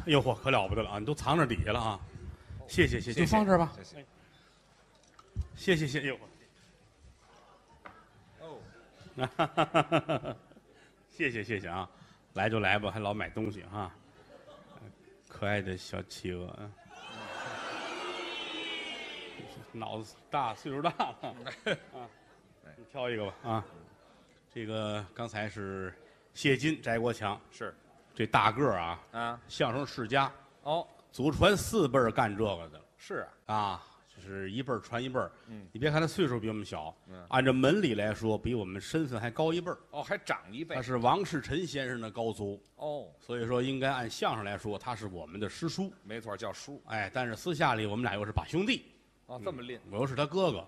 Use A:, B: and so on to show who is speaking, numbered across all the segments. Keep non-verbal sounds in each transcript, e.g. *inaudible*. A: 哎呦嚯，可了不得了啊！你都藏这底下了啊！谢谢谢谢，
B: 就放这儿吧。
A: 谢谢谢谢哟。哦， *laughs* 谢谢谢谢啊！来就来吧，还老买东西哈、啊。可爱的小企鹅，啊脑子大，岁数大了啊。你挑一个吧啊。这个刚才是谢金、翟国强，
C: 是
A: 这大个儿啊，
C: 啊，
A: 相声世家，
C: 哦，
A: 祖传四辈儿干这个的。
C: 是啊，
A: 啊，就是一辈儿传一辈儿。
C: 嗯
A: 你别看他岁数比我们小，
C: 嗯
A: 按照门里来说，比我们身份还高一辈儿。
C: 哦，还长一辈
A: 他，是王世臣先生的高足，
C: 哦，
A: 所以说应该按相声来说，他是我们的师叔。
C: 没错，叫叔，
A: 哎，但是私下里我们俩又是把兄弟，
C: 哦，这么吝，
A: 我又是他哥哥，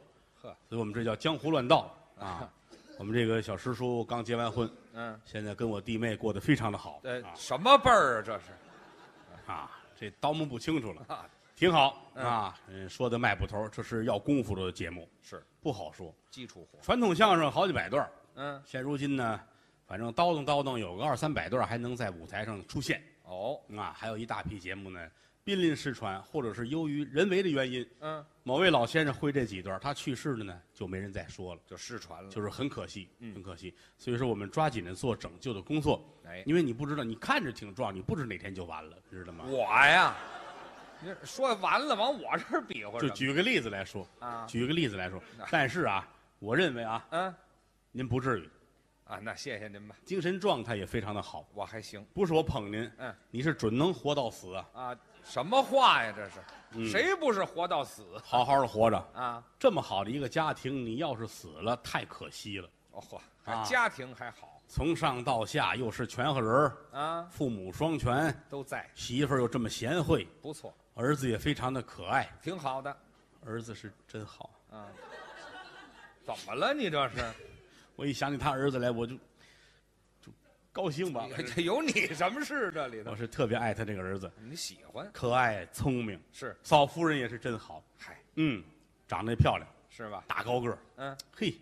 C: 呵，
A: 所以我们这叫江湖乱道
C: *laughs*
A: 啊。我们这个小师叔刚结完婚，
C: 嗯，
A: 现在跟我弟妹过得非常的好。
C: 呃，
A: 啊
C: 什么辈儿啊？这是
A: 啊，这刀目不清楚了，
C: 啊，
A: 挺好啊。嗯，说的迈步头，这是要功夫的节目，
C: 是
A: 不好说。
C: 基础活，
A: 传统相声好几百段儿，
C: 嗯，
A: 现如今呢，反正叨叨叨叨有个二三百段儿还能在舞台上出现
C: 哦，
A: 啊，还有一大批节目呢濒临失传，或者是由于人为的原因，
C: 嗯，
A: 某位老先生会这几段儿，他去世了呢就没人再说了，
C: 就失传了，
A: 就是很可惜，
C: 嗯
A: 很可惜。所以说我们抓紧的做拯救的工作，
C: 哎，
A: 因为你不知道，你看着挺壮，你不知哪天就完了，知道吗？
C: 我呀，你说完了往我这儿比划
A: 就
C: 什
A: 举个例子来说，
C: 么啊？
A: 举个例子来说，但是啊，我认为啊，
C: 嗯
A: 您不至于，
C: 啊，那谢谢您吧，
A: 精神状态也非常的好，
C: 我还行
A: 不是我捧您，
C: 嗯，
A: 你是准能活到死啊。
C: 啊。什么话呀？这是，
A: 嗯
C: 谁不是活到死
A: 好好的活着，
C: 啊？
A: 这么好的一个家庭，你要是死了，太可惜了。
C: 哦嚯，
A: 啊
C: 还家庭还好
A: 从上到下又是全和人儿，
C: 啊，
A: 父母双全，
C: 都在，
A: 媳妇儿又这么贤惠，
C: 不错，
A: 儿子也非常的可爱。
C: 挺好的
A: 儿子是真好，
C: 啊。怎么了？你这是？
A: *laughs* 我一想起他儿子来，我就就高兴吧。
C: 哎这有你什么事？这里头
A: 我是特别爱他这个儿子，
C: 你喜欢
A: 可爱聪明。
C: 是？
A: 嫂夫人也是真好，
C: 嗨，
A: 嗯，长得也漂亮，
C: 是吧？
A: 大高个儿，
C: 嗯
A: 嘿，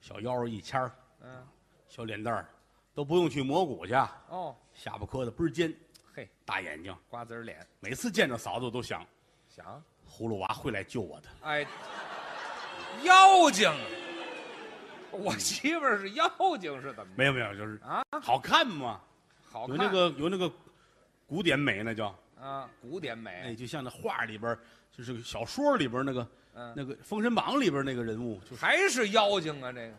A: 小腰儿一掐儿，
C: 嗯，
A: 小脸蛋儿，都不用去磨骨去，啊
C: 哦，
A: 下巴磕的倍儿尖，
C: 嘿，
A: 大眼睛。
C: 瓜子儿脸，
A: 每次见着嫂子，我都想
C: 想，
A: 葫芦娃会来救我的。
C: 哎，妖精，我媳妇儿是妖精是怎么着？
A: 没有没有，就是
C: 啊，
A: 好看嘛，
C: 好
A: 有
C: 看
A: 那个有那个古典美那叫，
C: 啊，古典
A: 哎，
C: 美，
A: 就像那画里边儿，就是小说里边儿那个
C: 嗯，
A: 那个《封神榜》里边儿那个人物，就是《
C: 还是妖精啊？这个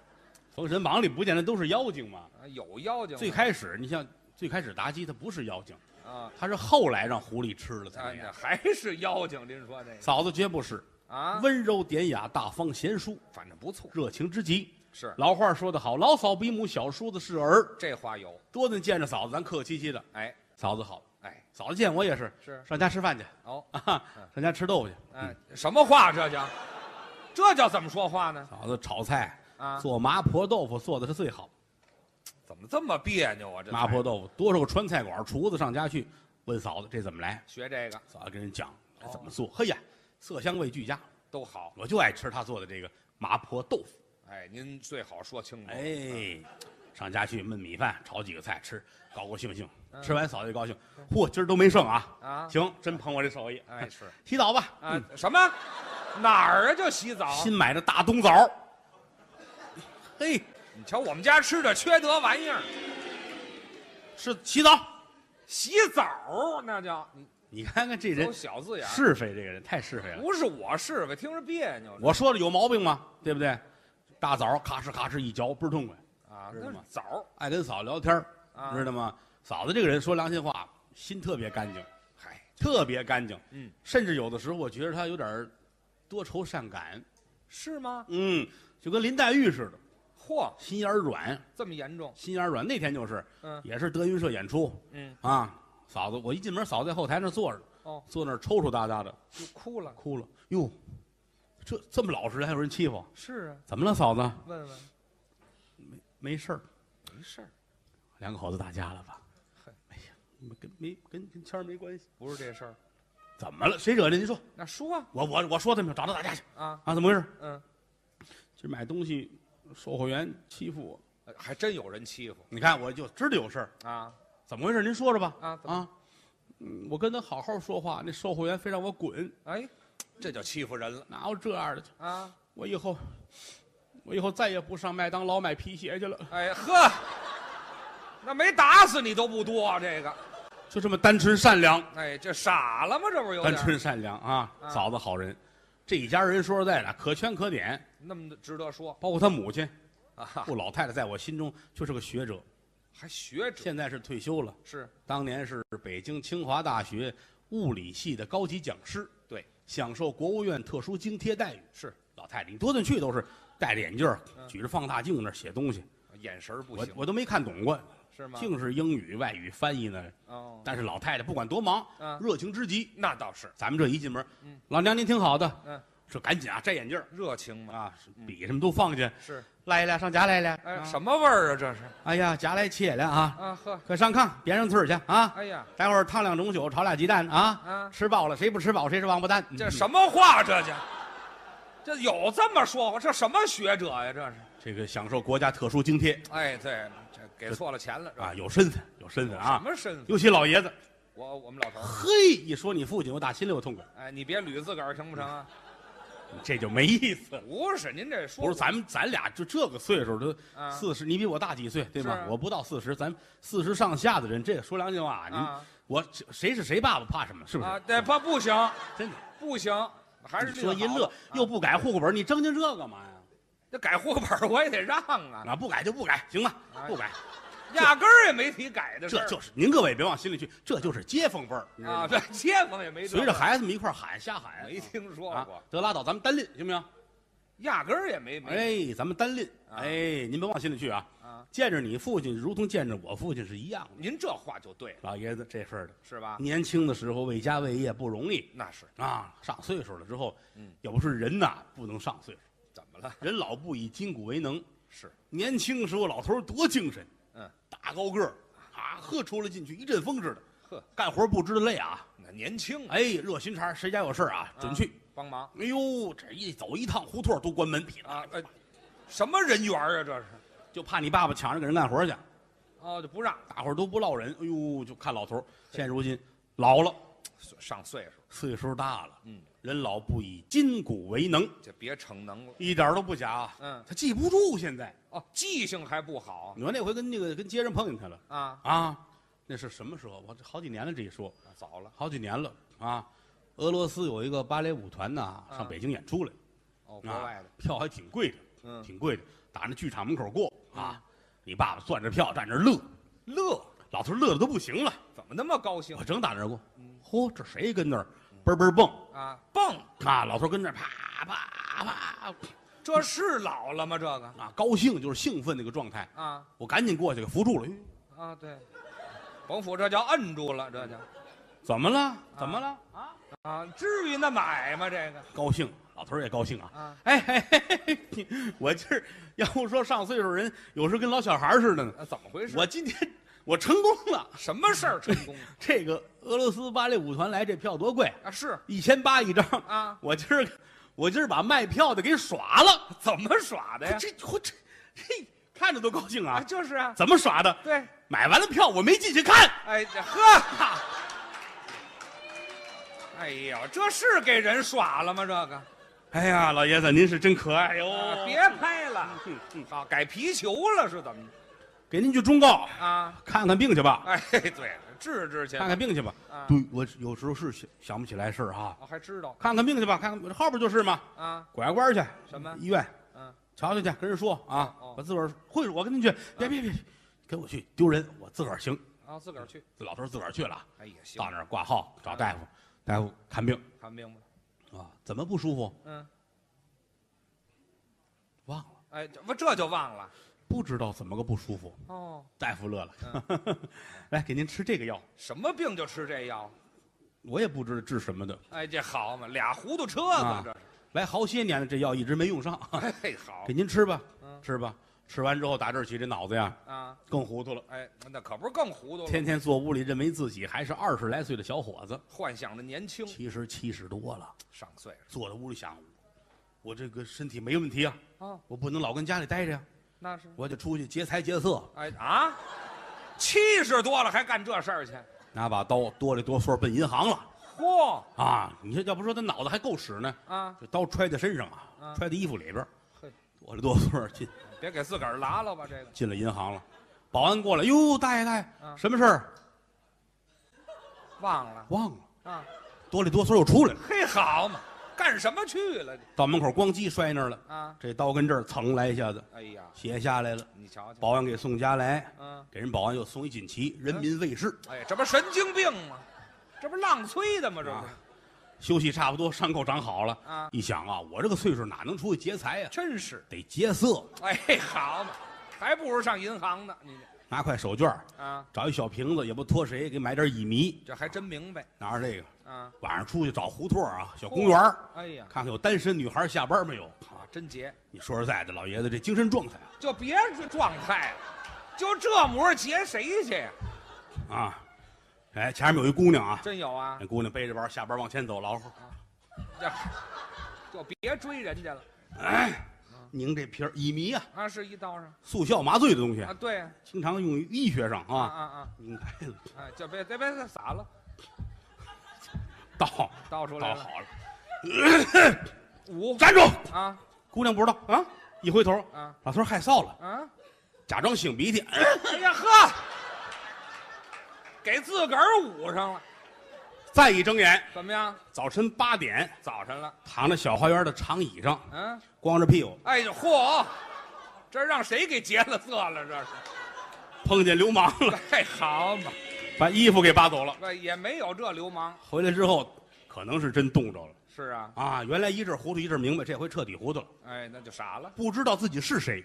A: 封神榜》里不见得都是妖精嘛。
C: 啊有妖精吗
A: 最开始你像最开始妲己她不是妖精，
C: 啊，
A: 她是后来让狐狸吃了才
C: 啊
A: 那样。
C: 还是妖精？您说这个
A: 嫂子绝不是，
C: 啊，
A: 温柔典雅、大方贤淑、
C: 反正不错，
A: 热情之极。
C: 是
A: 老话说得好，老嫂比母，小叔子是儿。
C: 这话有，
A: 多咱见着嫂子，咱客客气气的。
C: 哎
A: 嫂子好，
C: 哎
A: 嫂子见我也是，
C: 是
A: 上家吃饭去
C: 哦，
A: 啊，上家吃豆腐去。
C: 哎，什么话这叫？这叫怎么说话呢？
A: 嫂子炒菜，
C: 啊，
A: 做麻婆豆腐做的是最好。
C: 怎么这么别扭啊？这
A: 麻
C: 菜
A: 婆豆腐多少个川菜馆厨子上家去问嫂子这怎么来，
C: 学这个
A: 嫂子跟人讲
C: 哦
A: 这怎么做。嘿呀，色香味俱佳，
C: 都好。
A: 我就爱吃她做的这个麻婆豆腐。
C: 哎，您最好说清楚。，
A: 哎，上家去焖米饭，炒几个菜吃，高高兴兴。
C: 嗯
A: 吃完嫂子就高兴，嚯，今儿都没剩啊！
C: 啊，
A: 行，真捧我这手艺。
C: 哎是
A: *laughs* 洗澡吧，嗯
C: 啊，什么？哪儿啊？就洗澡？
A: 新买的大冬枣。嘿，
C: 你瞧我们家吃的缺德玩意儿，
A: 是洗澡。
C: 洗澡那叫你
A: 你看看这人
C: 都小字眼儿，
A: 是非，这个人太是非了。
C: 不是我是呗？听着别扭
A: 我说的有毛病吗？对不对？大枣咔哧咔哧一嚼，倍儿痛快。
C: 啊，
A: 知道
C: 那是
A: 吗
C: 枣儿
A: 爱跟嫂聊天儿，
C: 啊，
A: 知道吗？嫂子这个人说良心话，心特别干净，
C: 嗨，
A: 特别干净。
C: 嗯，
A: 甚至有的时候我觉得她有点儿多愁善感。
C: 是吗？
A: 嗯，就跟林黛玉似的，
C: 嚯，
A: 心眼儿软，
C: 这么严重？
A: 心眼儿软。那天就是，
C: 嗯
A: 也是德云社演出
C: 嗯，
A: 啊。嫂子，我一进门，嫂子在后台那儿坐着，
C: 哦
A: 坐那儿抽抽搭搭的，
C: 就哭了。
A: 哭了。哟，这这么老实还有人欺负？
C: 是啊，
A: 怎么了，嫂子？
C: 问问，
A: 没事儿，
C: 没事儿，
A: 两口子打架了吧
C: 嘿？
A: 哎呀，你们跟没跟跟谦儿没关系。
C: 不是这事儿。
A: 怎么了？谁惹的？您说，
C: 那说啊
A: 我我我说他们找他打架去
C: 啊，
A: 啊？怎么回事？
C: 嗯，
A: 去买东西，售货员欺负我。
C: 呃还真有人欺负
A: 你看，我就知道有事儿，
C: 啊
A: 怎么回事？您说说吧。
C: 啊，怎么
A: 啊，嗯我跟他好好说话，那售货员非让我滚，
C: 哎，这叫欺负人了
A: 哪有这样的？
C: 啊！
A: 我以后，我以后再也不上麦当劳买皮鞋去了，
C: 哎呵，那没打死你都不多，啊这个，
A: 就这么单纯善良，
C: 哎，这傻了吗？这不是有
A: 单
C: 点儿
A: 纯善良啊，
C: 啊
A: 嫂子好人，这一家人说实在的可圈可点，
C: 那么的值得说
A: 包括他母亲，
C: 啊？
A: 顾老太太在我心中就是个学者，
C: 还学者
A: 现在是退休了，
C: 是
A: 当年是北京清华大学物理系的高级讲师，
C: 对，
A: 享受国务院特殊津贴待遇。
C: 是，
A: 老太太，你多顿去都是戴着眼镜儿，
C: 嗯
A: 举着放大镜那儿写东西，
C: 眼神儿不
A: 我
C: 行，
A: 我都没看懂过，
C: 是吗？
A: 净是英语、外语翻译呢。
C: 哦，
A: 但是老太太不管多忙，
C: 嗯
A: 热情之极。
C: 那倒是
A: 咱们这一进门，
C: 嗯
A: 老娘您挺好的，
C: 嗯
A: 说赶紧啊摘眼镜儿
C: 热情嘛，
A: 啊，笔什么都放下，
C: 是
A: 来来上家来来，
C: 哎，
A: 啊
C: 什么味儿啊？这是
A: 哎呀，家来切来啊，
C: 啊呵，
A: 可上炕别上村儿去啊，
C: 哎呀
A: 待会儿烫两盅酒，炒俩鸡蛋啊。
C: 啊，
A: 吃饱了，谁不吃饱谁是王八蛋。
C: 这
A: 嗯
C: 什么话？啊这叫这有这么说话？这什么学者呀？这是
A: 这个享受国家特殊津贴
C: 哎，对了，这给错了钱了是吧
A: 啊，有身份有身份
C: 什
A: 啊，
C: 么身份？
A: 尤其老爷子，
C: 我我们老头儿，
A: 嘿，一说你父亲，我打心里有痛快，
C: 哎，你别捋自个儿行不成啊？
A: 这就没意思了。
C: 不是，您这
A: 嗯
C: 说
A: 不是咱们咱俩就这个岁数都
C: 啊
A: 四十，你比我大几岁对
C: 是
A: 吗
C: 啊？
A: 我不到四十，咱们四十上下的人，这个说良心话，您
C: 啊
A: 我谁是谁爸爸怕什么？是不
C: 啊，
A: 是？
C: 对，不不行，
A: 真的，
C: 不行，还是
A: 你说
C: 那个
A: 一
C: 好
A: 乐
C: 啊
A: 又不改户口本，你争经这干嘛呀？
C: 这改户口本儿我也得让啊，
A: 啊，不改就不改，行吧
C: 哎？
A: 不改，
C: 压根儿也没提改的事
A: 这
C: 儿
A: 就是您各位别往心里去，这就是街坊味儿你知道吗
C: 啊，这街坊也没这
A: 随着
C: 个
A: 孩子们一块儿喊瞎喊，
C: 没听说
A: 啊
C: 过，，
A: 得拉倒，咱们单拎行不行？
C: 压根儿也没没
A: 哎，咱们单拎，
C: 啊
A: 哎，您别往心里去啊。
C: 啊。
A: 见着你父亲，如同见着我父亲是一样的。
C: 您这话就对了，
A: 老爷子这份儿的，
C: 是吧？
A: 年轻的时候为家为业不容易
C: 那是
A: 啊，上岁数了之后，
C: 嗯，
A: 要不是人呐，不能上岁数，
C: 怎么了？
A: 人老不以筋骨为能。
C: 是
A: 年轻时候老头儿多精神，
C: 嗯，
A: 大高个儿啊，呵出来进去一阵风似的，
C: 呵，嗯
A: 干活不知累啊，
C: 那年轻
A: 哎，热心肠，谁家有事儿啊，准去。
C: 帮忙
A: 哎呦，这一走一趟胡同儿都关门，噼里啪啦
C: 啊！呃，什么人缘儿啊？这是
A: 就怕你爸爸抢着给人干活去，
C: 哦，就不让
A: 大伙儿都不落人。哎呦，就看老头儿，现如今老了，
C: 上岁数，
A: 岁数大了，
C: 嗯，
A: 人老不以筋骨为能，
C: 就别逞能了。
A: 一点儿都不假啊。
C: 嗯
A: 他记不住现在。
C: 哦，记性还不好
A: 你说那回跟那个跟街上碰见他了
C: 啊，
A: 啊？那是什么时候？我这好几年了，这一说
C: 早了
A: 好几年了啊。俄罗斯有一个芭蕾舞团呐，
C: 啊
A: 上北京演出来，
C: 哦，国
A: 啊
C: 外的，
A: 票还挺贵的，
C: 嗯，
A: 挺贵的，打那剧场门口过啊。你爸爸攥着票站那儿乐，
C: 乐哎
A: 老头儿乐的都不行了。
C: 怎么那么高兴
A: 我正打那儿过，嚯，这谁跟那儿嘣嘣蹦
C: 啊？嗯蹦，
A: 啊？老头跟那儿啪啪啪
C: 这是老了吗？这个
A: 啊，高兴就是兴奋那个状态。
C: 啊
A: 我赶紧过去给扶住了，哎
C: 啊，对，甭府这叫摁住了，这叫
A: 怎么了？怎么了？啊，
C: 啊，至于那么矮吗？这个
A: 高兴，老头儿也高兴啊。
C: 啊，
A: 哎嘿嘿嘿嘿，我今儿要不说上岁数人有时候跟老小孩儿似的呢。
C: 啊怎么回事？
A: 我今天我成功了，
C: 什么事儿成功 *laughs* 了
A: 这个俄罗斯芭蕾舞团来这票多贵，
C: 啊？是
A: 一千八一张。
C: 啊，
A: 我今儿我今儿把卖票的给耍了。
C: 怎么耍哎的呀？
A: 这我这这看着都高兴
C: 啊，
A: 啊！
C: 就是啊，
A: 怎么耍的？
C: 对，
A: 买完了票我没进去看，
C: 哎这呵，哎呦，这是给人耍了吗？这个、
A: 哎呀，老爷子您是真可爱哟、
C: 啊别拍了，
A: 嗯嗯
C: 好改皮球了是怎么着
A: 给您句忠告，
C: 啊？
A: 看看病去吧，
C: 哎，对，治治去
A: 看看病去吧。
C: 啊，
A: 对，我有时候是想想不起来事儿哈，
C: 哦我还知道
A: 看看病去吧，看看我这后边就是嘛，
C: 啊，
A: 拐个弯去
C: 什么
A: 医院，
C: 嗯，
A: 瞧瞧去，跟人说啊
C: 哦哦，
A: 我自个儿会，我跟您去，别别别，跟我去丢人，我自个儿行。
C: 啊，自个儿去，
A: 这老头儿自个儿去了，
C: 哎也行
A: 到，那儿挂号找大夫，大夫看病
C: 看病吧，
A: 啊，怎么不舒服？
C: 嗯，
A: 忘了。
C: 哎，这不这就忘了
A: 不知道怎么个不舒服，
C: 哦，
A: 大夫乐了，
C: 嗯
A: *laughs* 来给您吃这个药，
C: 什么病就吃这药？
A: 我也不知道治什么的，
C: 哎，这好嘛，俩糊涂车子
A: 啊
C: 这是，
A: 来好些年了，这药一直没用上，
C: 嘿好
A: *laughs* 给您吃吧
C: 哦嗯，
A: 吃吧，吃完之后打这儿起，这脑子呀
C: 啊，
A: 更糊涂了，
C: 哎，那可不是更糊涂了，
A: 天天坐屋里认为自己还是二十来岁的小伙子，
C: 幻想着年轻，
A: 其实七十多了，
C: 上岁数
A: 坐在屋里想，我这个身体没问题啊，
C: 哦，
A: 我不能老跟家里待着呀，
C: 那是。
A: 我得出去劫财劫色，
C: 哎啊，七十多了还干这事儿去？
A: 拿把刀哆里哆嗦奔银行了
C: 嚯
A: 啊！你说要不说他脑子还够使呢，
C: 啊！
A: 这刀揣在身上啊，
C: 嗯
A: 揣在衣服里边儿
C: 嘿，
A: 哆里哆嗦进
C: 别给自个儿拉了吧，这个
A: 进了银行了。保安过来，哟，大爷大爷，
C: 嗯
A: 什么事儿？
C: 忘了
A: 忘了，
C: 啊！
A: 哆里哆嗦又出来了，
C: 嘿，好嘛，干什么去了你
A: 到门口咣叽摔那儿了。
C: 啊？
A: 这刀跟这儿蹭来一下子，
C: 哎呀，
A: 血下来了。
C: 你瞧瞧，
A: 保安给送家来，
C: 嗯，
A: 给人保安又送一锦旗，人民卫士。
C: 哎，这不神经病吗？这不浪催的吗？这不是
A: 啊休息差不多，伤口长好了。
C: 啊，
A: 一想啊，我这个岁数哪能出去劫财呀、
C: 真是，
A: 得劫色，
C: 哎，好嘛，还不如上银行呢，你这
A: 拿块手绢儿，
C: 啊，
A: 找一小瓶子，也不托谁，给买点乙醚，
C: 这还真明白
A: 拿着这个，
C: 啊！
A: 晚上出去找胡同儿啊，小公园儿
C: 哎呀，
A: 看看有单身女孩下班没有。
C: 啊，真结，
A: 你说实在的，老爷子这精神状态
C: 就别这状态了，就这模儿结谁去呀？
A: 啊，哎，前面有一姑娘啊，
C: 真有啊！
A: 那姑娘背着包下班往前走，老虎，
C: 这就别追人家了
A: 哎，您这瓶儿乙醚啊，
C: 啊！是一道上
A: 速效麻醉的东西
C: 啊，，对啊，
A: 经常用于医学上
C: 啊
A: 啊。
C: 啊啊！
A: 您开了
C: 哎，就别别别别撒了，
A: 倒
C: 倒出来
A: 倒
C: 了
A: 好了，
C: 五
A: 站住！
C: 啊
A: 姑娘不知道啊，一回头，
C: 啊
A: 老头儿害臊了，
C: 啊！
A: 假装擤鼻涕。
C: 哎呀呵，给自个儿捂上了，
A: 再一睁眼，
C: 怎么样？
A: 早晨八点，
C: 早晨了，
A: 躺在小花园的长椅上，
C: 嗯，
A: 光着屁股，
C: 哎呀嚯，这让谁给劫了色了？这是，
A: 碰见流氓了，
C: *laughs* 哎，好嘛，
A: 把衣服给扒走了。
C: 不也没有这流氓。
A: 回来之后，可能是真冻着了
C: 是啊，
A: 啊！原来一阵糊涂一阵明白，这回彻底糊涂了，
C: 哎，那就傻了。
A: 不知道自己是谁。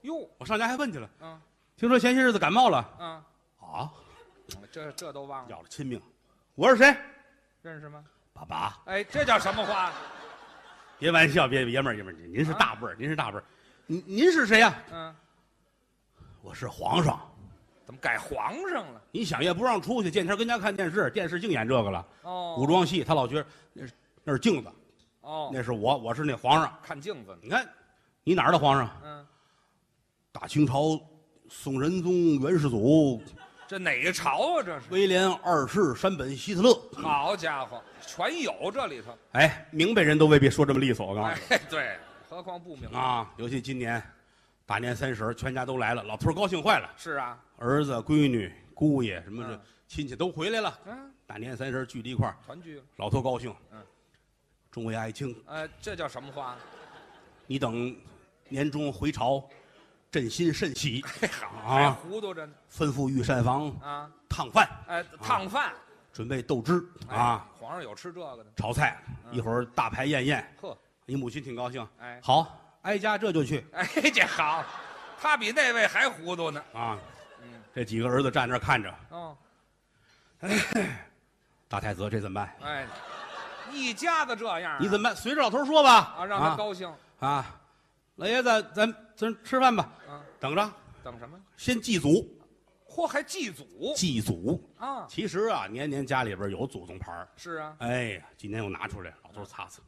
C: 哟，
A: 我上家还问去了，
C: 嗯
A: 听说前些日子感冒了
C: 嗯，
A: 啊，
C: 这这都忘了，
A: 要了亲命。我是谁？
C: 认识吗？
A: 爸爸，
C: 哎，这叫什么话？
A: 别玩笑，别爷们儿爷们儿，您您是大辈儿，您是大辈儿，您您是谁呀、
C: 嗯，
A: 我是皇上。
C: 怎么改皇上了？
A: 你想也不让出去，见天跟家看电视，电视净演这个了，
C: 哦，
A: 古装戏，他老觉得那是那是镜子，
C: 哦，
A: 那是我，我是那皇上。
C: 看镜子呢。
A: 你看，你哪儿的皇上？啊
C: 嗯，
A: 大清朝宋仁宗元世祖
C: 这哪个朝啊？这是？
A: 威廉二世山本希特勒。
C: 好家伙，全有这里头。
A: 哎，明白人都未必说这么利索，我告诉
C: 哎
A: 你、，
C: 对，何况不明白。
A: 啊！尤其今年大年三十儿，全家都来了，老头儿高兴坏了，
C: 是啊，
A: 儿子、闺女、姑爷什么这
C: 嗯
A: 亲戚都回来了。
C: 嗯，
A: 大年三十儿聚在一块儿，
C: 团聚了。
A: 老头高兴。
C: 嗯，
A: 众位爱卿，
C: 呃，这叫什么话？
A: 你等年终回朝，朕心甚喜，
C: 哎还
A: 啊！
C: 糊涂着呢
A: 吩咐御膳房
C: 啊！
A: 烫饭，
C: 哎，烫饭
A: 准备豆汁
C: 哎嗯
A: 啊，
C: 皇上有吃这个的。
A: 炒菜。一会儿大排宴宴，
C: 呵，
A: 你母亲挺高兴。
C: 哎
A: 好，哀家这就去
C: 哎，这好，他比那位还糊涂呢。
A: 啊
C: 嗯。
A: 这几个儿子站那儿看着，
C: 哦，
A: 大太子这怎么办？
C: 哎，一家子这样啊，
A: 你怎么办？随着老头说吧。
C: 啊让他高兴？
A: 啊啊！老爷子，咱咱吃饭吧，
C: 啊，
A: 等着，
C: 等什么？
A: 先祭祖，
C: 嚯，还祭祖
A: 祭祖。
C: 啊？
A: 其实啊，年年家里边有祖宗牌儿
C: 是啊，
A: 哎呀，今天又拿出来，老头擦擦，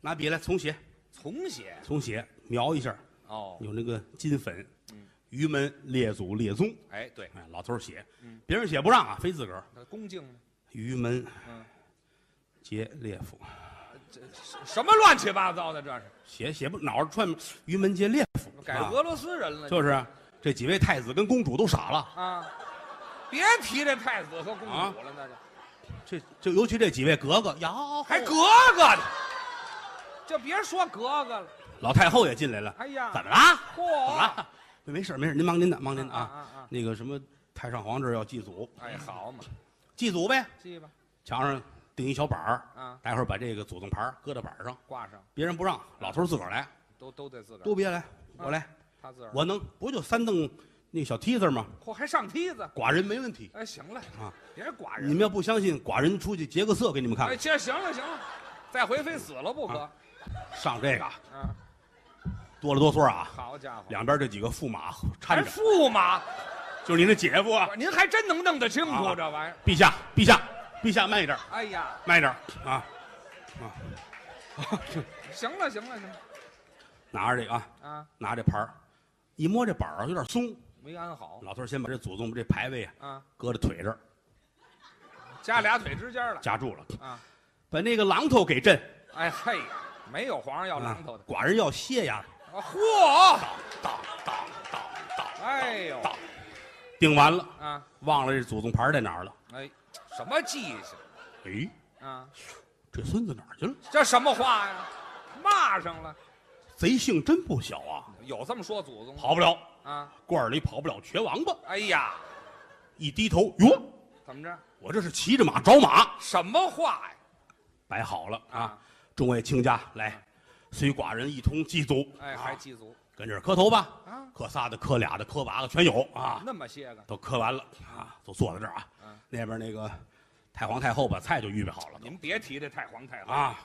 A: 拿笔来重写，
C: 从写
A: 重写，描一下，
C: 哦，
A: 有那个金粉
C: 嗯，
A: 于门列祖列宗，
C: 哎，对，
A: 哎，老头儿写
C: 嗯，
A: 别人写不让啊，非自个儿。
C: 那恭敬呢？
A: 于门
C: 嗯，
A: 杰列夫，
C: 这什什么乱七八糟的？这是
A: 写写不脑串于门杰列夫，
C: 改
A: 啊
C: 俄罗斯人了？
A: 就是啊这几位太子跟公主都傻了，
C: 啊，别提这太子和公
A: 啊
C: 主了，那就
A: 这就尤其这几位格格呀，
C: 还格格呢，哦就别说格格了。
A: 老太后也进来了，
C: 哎呀，
A: 怎么啦？怎么
C: 嚯，
A: 啦？没事儿没事儿，您忙您的，忙您的
C: 啊
A: 啊。
C: 啊啊！
A: 那个什么太上皇这儿要祭祖，
C: 哎，好嘛，
A: 祭祖呗，
C: 记吧，
A: 墙上钉一小板儿，
C: 啊，
A: 待会儿把这个祖宗牌儿搁到板儿上，
C: 挂上，
A: 别人不让，老头儿自个儿来，
C: 都都得自个儿，
A: 都别来，我来，
C: 他自个儿。
A: 我能，不就三蹬那小梯子吗？
C: 嚯，还上梯子。
A: 寡人没问题。
C: 哎，行了
A: 啊，
C: 别寡
A: 你们
C: 人。
A: 要不相信，寡人出去劫个色给你们看
C: 哎，
A: 看。
C: 这行了行了，再回非死了不可。
A: 啊上这个啊
C: 啊，
A: 哆里哆嗦啊，
C: 好家伙，
A: 两边这几个驸马
C: 还
A: 搀着，
C: 驸马，
A: 就是您的姐夫啊
C: 不。是您还真能弄得清
A: 啊
C: 楚这玩意儿。
A: 陛下，陛下，陛下慢一点，
C: 哎呀，
A: 慢一点啊！
C: 行了行了行了，
A: 拿着这个啊，
C: 啊，
A: 拿这牌儿，一摸这板儿啊有点松。
C: 没安好
A: 老头儿先把这祖宗这牌位啊
C: 啊，
A: 搁在腿这儿，
C: 夹俩腿之间了
A: 夹住了，
C: 啊！
A: 把那个榔头给震。
C: 哎嘿，没有皇
A: 嗯
C: 上要榔头的。
A: 寡人要歇呀！
C: 啊嚯！
A: 当当当当，
C: 哎呦
A: 当定完了，
C: 啊！
A: 忘了这祖宗牌在哪儿了。
C: 哎，什么记性
A: 哎，
C: 啊？
A: 这孙子哪儿去了？
C: 这什么话呀？骂上了，
A: 贼性真不小啊，
C: 有这么说祖宗吗
A: 跑不了，
C: 啊？
A: 罐儿里跑不了瘸王八。
C: 哎呀，
A: 一低头，哟，
C: 怎么着？
A: 我这是骑着马找马，
C: 什么话呀？
A: 摆好了啊
C: 啊！
A: 众位卿家来，随寡人一同祭祖。
C: 哎，
A: 啊
C: 还祭祖
A: 跟这儿磕头吧，
C: 啊？
A: 磕仨的、磕俩的、磕八个全有啊，
C: 那么些个，
A: 都磕完了啊，都坐在这儿啊。
C: 嗯
A: 那边那个太皇太后把菜就预备好了
C: 您别提这太皇太后，
A: 啊，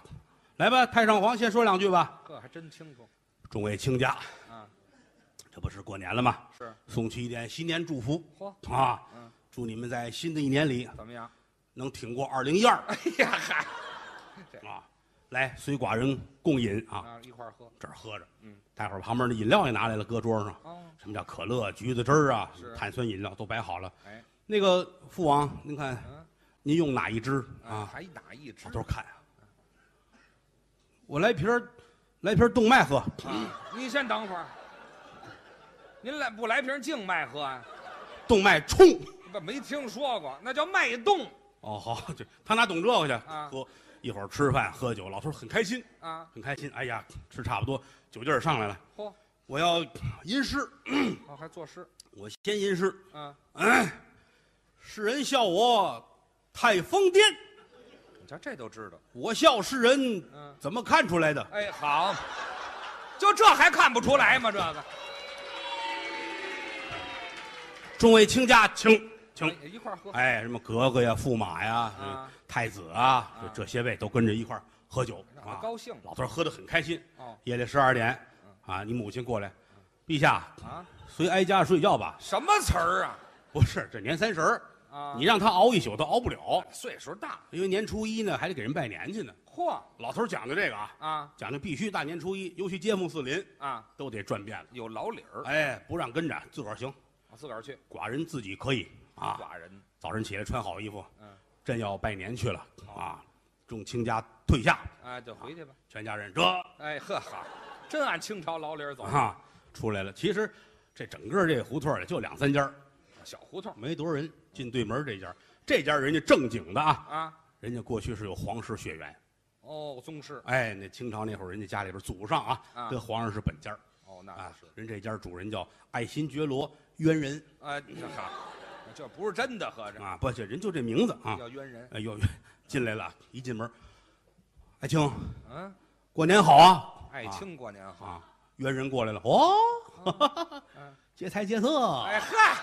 A: 来吧，太上皇先说两句吧。
C: 这还真清楚
A: 众位卿家，
C: 啊。
A: 这不是过年了吗？
C: 是，
A: 送去一点新年祝福
C: 嚯，
A: 啊！
C: 嗯，
A: 祝你们在新的一年里
C: 怎么样？
A: 能挺过二零一二
C: *laughs* 哎呀，嗨，
A: 啊！来，随寡人共饮啊，
C: 啊，一块儿喝
A: 这儿喝着。
C: 嗯，
A: 待会儿旁边的饮料也拿来了，搁桌上。
C: 哦。
A: 什么叫可乐、橘子汁儿啊
C: 是？
A: 碳酸饮料都摆好了。
C: 哎，
A: 那个父王，您看
C: 嗯，
A: 您用哪一支
C: 啊，
A: 啊？
C: 还哪一只
A: 我？都是看啊。我来瓶儿，来瓶儿动脉喝。
C: 啊，您先等会儿。您来不来瓶静脉喝啊？
A: 动脉冲。
C: 不，没听说过，那叫脉动
A: 哦，好，这他哪懂这个去？
C: 啊
A: 喝一会儿吃饭喝酒，老头儿很开心，
C: 啊！
A: 很开心。哎呀，吃差不多，酒劲儿上来了。
C: 嚯，
A: 我要吟诗，
C: 哦，还作诗，
A: 我先吟诗。
C: 啊，
A: 世人笑我太疯癫，
C: 你瞧这都知道。
A: 我笑世人
C: 嗯
A: 怎么看出来的？
C: 哎，好，就这还看不出来吗？这个，
A: 众位卿家，请请。
C: 哎一块儿喝。
A: 哎，什么格格呀、驸马呀、
C: 啊
A: 太子啊，这这些位都跟着一块儿喝酒
C: 让
A: 啊
C: 他，高兴嗯
A: 老头儿喝得很开心。
C: 哦
A: 夜里十二点，啊，你母亲过来，陛下
C: 啊，
A: 随哀家睡觉吧。
C: 什么词儿啊？
A: 不是，这年三十儿
C: 啊
A: 你让他熬一宿，他熬不了，
C: 岁数大，
A: 因为年初一呢还得给人拜年去呢。
C: 嚯
A: 老头儿讲究这个啊，
C: 啊
A: 讲究必须大年初一，尤其街坊四邻
C: 啊，
A: 都得转遍了。
C: 有老理儿，
A: 哎，不让跟着，自个儿行，
C: 我啊自个儿去。
A: 寡人自己可以啊。
C: 寡人，
A: 早晨起来穿好衣服，
C: 嗯，
A: 朕要拜年去了啊！众卿家退下，
C: 哎，就回去吧。
A: 全家人这
C: 哎呵好，真按清朝老理儿走。
A: 啊出来了。其实这整个这胡同儿里就两三家儿，
C: 小胡同
A: 没多少人。进对门这家儿，这家儿人家正经的啊，
C: 啊，
A: 人家过去是有皇室血缘。
C: 哦，宗室，
A: 哎，那清朝那会儿，人家家里边祖上啊
C: 啊
A: 跟皇上是本家儿
C: 哦，那
A: 啊
C: 倒是。，
A: 人这家主人叫爱新觉罗渊人
C: 啊，这好，这不是真的，合着
A: 啊，不，这人就这名字啊。
C: 要冤人。
A: 哎呦，进来了，一进门，爱卿，
C: 嗯，
A: 过年好啊！
C: 爱卿过年好。
A: 啊，冤人过来了，哦， *laughs*
C: 嗯
A: 劫财劫色
C: 啊哎嗨，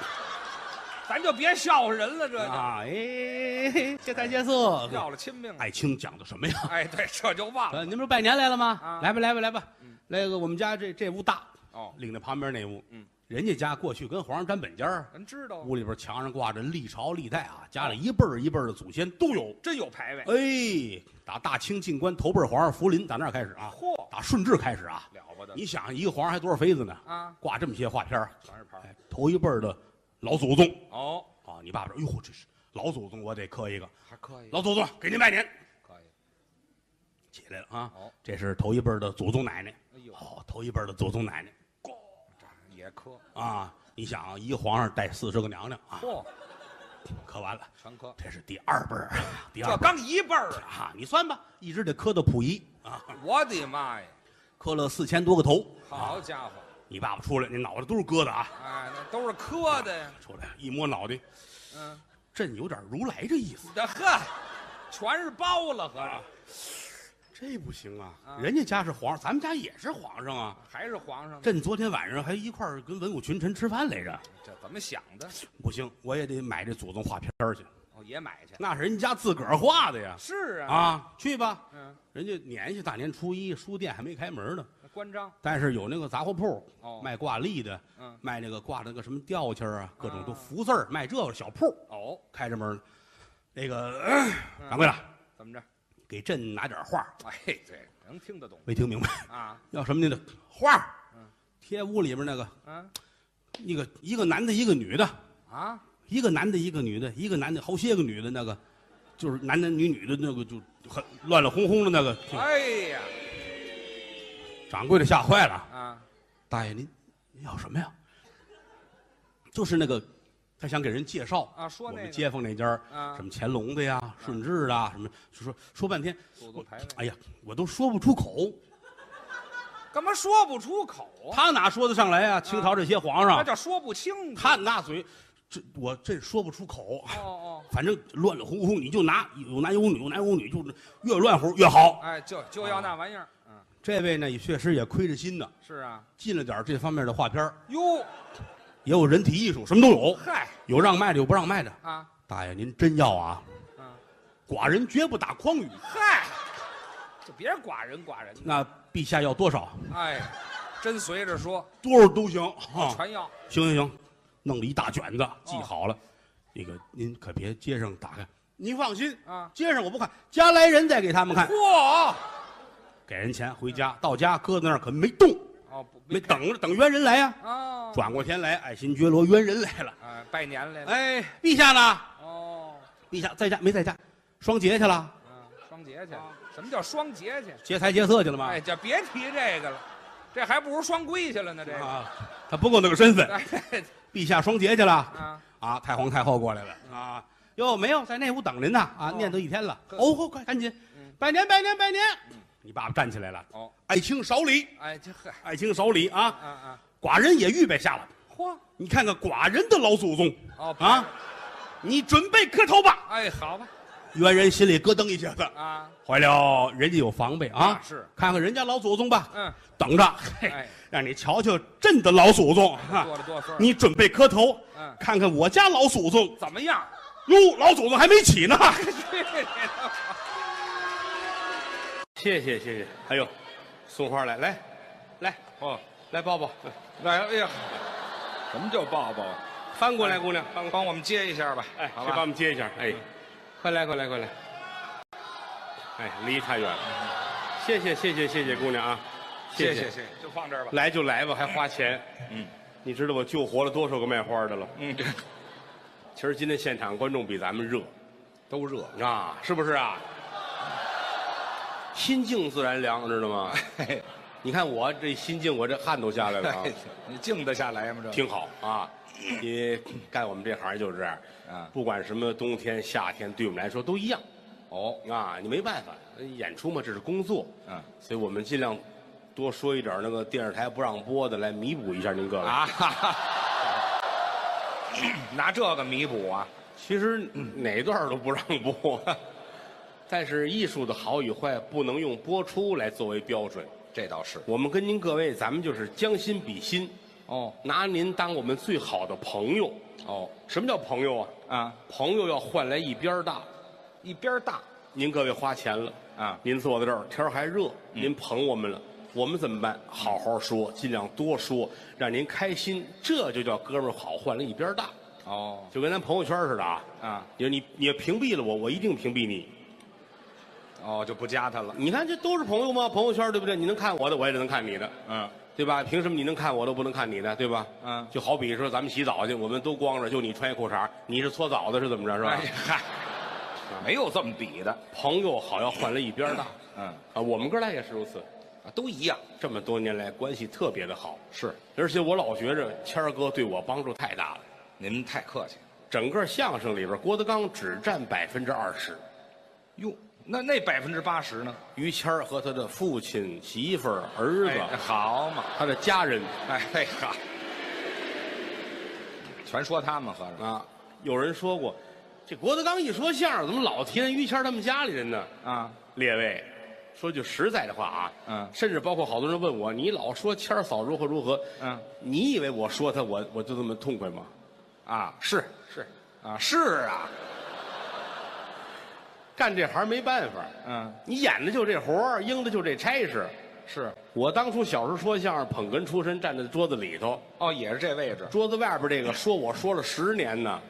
C: 咱就别笑话人了，这就
A: 啊，哎，劫财劫色。
C: 要了亲命了。
A: 爱卿讲的什么呀？
C: 哎，对，这就忘了。
A: 呃，您不是拜年来了吗
C: 啊？
A: 来吧，来吧，来吧
C: 嗯，
A: 来个我们家这这屋大，
C: 哦，
A: 领着旁边那屋，
C: 嗯，哦
A: 人家家过去跟皇上沾本家儿，
C: 人知道，
A: 屋里边墙上挂着历朝历代啊，家里一辈儿一辈儿的祖先都有。
C: 真有牌位。
A: 哎，打大清进关头辈儿皇上福临，打那儿开始啊，
C: 嚯，
A: 打顺治开始啊，
C: 了不得
A: 你想一个皇上还多少妃子呢？
C: 啊，
A: 挂这么些画片儿
C: 全是牌儿。
A: 哎，头一辈儿的老祖宗
C: 哦，
A: 啊，你爸爸说，哎呦，这是老祖宗，我得磕一个。
C: 还可以，
A: 老祖宗，给您拜年，
C: 可以。
A: 起来了啊。
C: 哦，
A: 这是头一辈儿的祖宗奶奶，
C: 哎呦，
A: 哦，头一辈儿的祖宗奶奶
C: 这也磕，
A: 啊。你想啊，一个皇上带四十个娘娘啊，
C: 嚯，
A: 磕完了，
C: 全磕。
A: 这是第二辈儿，第
C: 这
A: 二辈儿
C: 刚一辈儿啊，
A: 啊，你算吧，一直得磕到溥仪啊，
C: 我的妈呀！
A: 磕了四千多个头。
C: 好家伙，
A: 你爸爸出来，你脑袋都是疙瘩啊，
C: 哎，那都是磕的呀。
A: 出来一摸脑袋，
C: 嗯，
A: 朕有点如来这意思，
C: 这呵，全是包了，合着
A: 这不行啊，
C: 啊嗯
A: 人家家是皇上，咱们家也是皇上啊。
C: 还是皇上呢。
A: 朕昨天晚上还一块儿跟文武群臣吃饭来着，
C: 这怎么想的？
A: 不行，我也得买这祖宗画片儿去，
C: 哦，也买去。
A: 那是人家自个儿画的呀。
C: 是啊，
A: 啊，去吧，
C: 嗯，
A: 人家年下大年初一，书店还没开门呢，
C: 那关张，
A: 但是有那个杂货铺，
C: 哦
A: 卖挂历的，
C: 嗯，
A: 卖那个挂那个什么吊签儿啊，各种
C: 啊
A: 都福字儿，卖这个小铺
C: 哦，
A: 开着门呢。那个呃
C: 嗯
A: 掌柜的，
C: 怎么着？ *laughs*
A: 给朕拿点儿画，
C: 哎，对，能听得懂
A: 没听明白。
C: 啊，
A: 要什么您的画儿
C: 嗯，
A: 贴屋里边那个
C: 嗯
A: 一个一个男的，一个女的，
C: 啊，
A: 一个男的，一个女的，一个男的，好些个女的那个，
D: 就是男男女女的那个就很乱乱哄哄的那个。
C: 哎呀
D: 掌柜的吓坏了，
C: 啊，
D: 大爷您您要什么呀？就是那个，他想给人介绍
C: 啊说
D: 我
C: 那
D: 们
C: 个
D: 街坊那家儿
C: 啊嗯
D: 什么乾隆的呀、顺治的啊什么，就说说半天，
C: 祖宗
D: 我
C: 牌位
D: 哎呀，我都说不出口，
C: 干嘛说不出口啊？
D: 他哪说得上来啊？清朝这些皇上
C: 那，叫说不清楚。
D: 他那嘴，这我这说不出口，
C: 哦
D: 反正乱乱哄哄，你就拿有男有女，有男有女，就是越乱乎越好
C: 哦，。哎，就就要那玩意儿。嗯，
D: 这位呢，也确实也亏着心呢，
C: 是啊。
D: 进了点儿这方面的画片儿
C: 哟，
D: 也有人体艺术，什么都有，
C: 嗨
D: 有让卖的，有不让卖的。
C: 啊，
D: 大爷，您真要啊？
C: 嗯，
D: 寡人绝不打诳语。
C: 嗨，就别寡人寡人的。
D: 那陛下要多少？
C: 哎，真随着说，
D: 多少都行。哈
C: 传药
D: 行行行，弄了一大卷子，记好了。那个您可别街上打开，您放心
C: 啊
D: 街上我不看，家来人再给他们看。
C: 嚯！
D: 给人钱回家，到家搁在那儿可没动，
C: 哦，不
D: 没等着等冤人来呀、
C: 哦，
D: 转过天来，爱新觉罗冤人来了。
C: 哎，拜年来了。
D: 哎，陛下呢？
C: 哦，
D: 陛下在家没在家？双节去了，
C: 嗯，双节去。什么叫双节去？
D: 劫财劫色去了吗
C: 哎，？就别提这个了，这还不如双规去了呢。这个，
D: 啊，他不够那个身份。
C: 哎，
D: 陛下双节去了
C: 啊，
D: 啊，太皇太后过来了啊。哟，没有，在那屋等您呢啊，
C: 哦
D: 念叨一天了。
C: 呵
D: 哦，快快赶紧
C: 嗯，
D: 拜年拜年拜年！你爸爸站起来了，
C: 哦，
D: 爱卿少礼，
C: 哎，这嗨，
D: 爱卿少礼啊！
C: 啊啊，
D: 寡人也预备下了，
C: 嚯，
D: 你看看寡人的老祖宗
C: 哦
D: 啊，，你准备磕头吧。
C: 哎，好吧，
D: 猿人心里咯噔一下子，
C: 啊，
D: 坏了，人家有防备啊
C: 那，是
D: 看看人家老祖宗吧，
C: 嗯，
D: 等着，嘿哎
C: 哎，
D: 让你瞧瞧朕的老祖宗哈
C: 做了多分儿，
D: 你准备磕头，
C: 嗯
D: 看看我家老祖宗，
C: 怎么样？
D: 哟，老祖宗还没起呢。 *laughs* 谢谢谢谢，还有，送花来来，来
A: 哦，
D: 来抱抱，
A: 来，哎呀，什么叫抱抱？
D: 翻过来姑娘，翻过
A: 帮我们接一下吧，
D: 哎来，哎，
A: 好
D: 先帮我
A: 吧。
D: 们接一下，哎，快来快来快来，哎，离太远了，嗯谢谢谢谢谢谢姑娘啊，
A: 谢
D: 谢
A: 谢谢，就放这儿吧。
D: 来就来吧，还花钱。
A: 嗯，
D: 你知道我救活了多少个卖花的了？
A: 嗯，
D: 其实今天现场观众比咱们热
A: 都热。
D: 啊，是不是啊？心静自然凉，知
A: *laughs*
D: 道吗？
A: 嘿嘿
D: 你看我这心静，我这汗都下来了啊，
A: 你静得下来吗？这
D: 挺好啊。因为干我们这行就是这样，
A: 啊
D: 不管什么冬天、夏天，对我们来说都一样
A: 哦，
D: 啊。你没办法，演出嘛，这是工作，
A: 嗯
D: 所以我们尽量多说一点那个电视台不让播的，来弥补一下您各位。
A: 啊，哈哈拿这个弥补啊？
D: 其实哪段都不让播，但是艺术的好与坏不能用播出来作为标准。
A: 这倒是。
D: 我们跟您各位，咱们就是将心比心，
A: 哦
D: 拿您当我们最好的朋友。
A: 哦
D: 什么叫朋友啊？
A: 啊，
D: 朋友要换来一边大。
A: 一边大
D: 您各位花钱了
A: 啊
D: 您坐在这儿天儿还热，您捧我们了，我们怎么办？好好说，尽量多说，让您开心，这就叫哥们儿好，换了一边大，
A: 哦
D: 就跟咱朋友圈似的啊。
A: 啊
D: 你你你屏蔽了我，我一定屏蔽你。
A: 哦，就不加他了。
D: 你看这都是朋友吗？朋友圈对不对？你能看我的，我也能看你的，
A: 嗯
D: 对吧？凭什么你能看我的，不能看你的，对吧？
A: 嗯
D: 就好比说咱们洗澡去，我们都光着，就你穿一裤衩，你是搓澡的，是怎么着？是吧？
A: 哎嗨，没有这么比的。
D: 朋友好要换了一边大
A: *laughs* 嗯，
D: 啊！我们哥俩也是如此，
A: 啊都一样。
D: 这么多年来关系特别的好，
A: 是，
D: 而且我老觉着谦儿哥对我帮助太大了。
A: 您太客气了。
D: 整个相声里边，郭德纲只占百分之二十，
A: 哟，那那百分之八十呢？
D: 于谦儿和他的父亲、媳妇儿、儿子、
A: 哎好嘛，
D: 他的家人
A: 哎哎呀，全说他们合着
D: 啊，有人说过，这郭德纲一说相声，怎么老提人于谦儿他们家里人呢？
A: 啊，
D: 列位，说句实在的话啊，
A: 嗯
D: 甚至包括好多人问我，你老说谦儿嫂如何如何，
A: 嗯，
D: 你以为我说他我我就这么痛快吗？
A: 啊是
D: 是，
A: 啊是啊， *laughs*
D: 干这行没办法，
A: 嗯
D: 你演的就这活儿，应的就这差事。
A: 是
D: 我当初小时候说相声，捧哏出身，站在桌子里头，
A: 哦也是这位置
D: 桌子外边这个说我说了十年呢，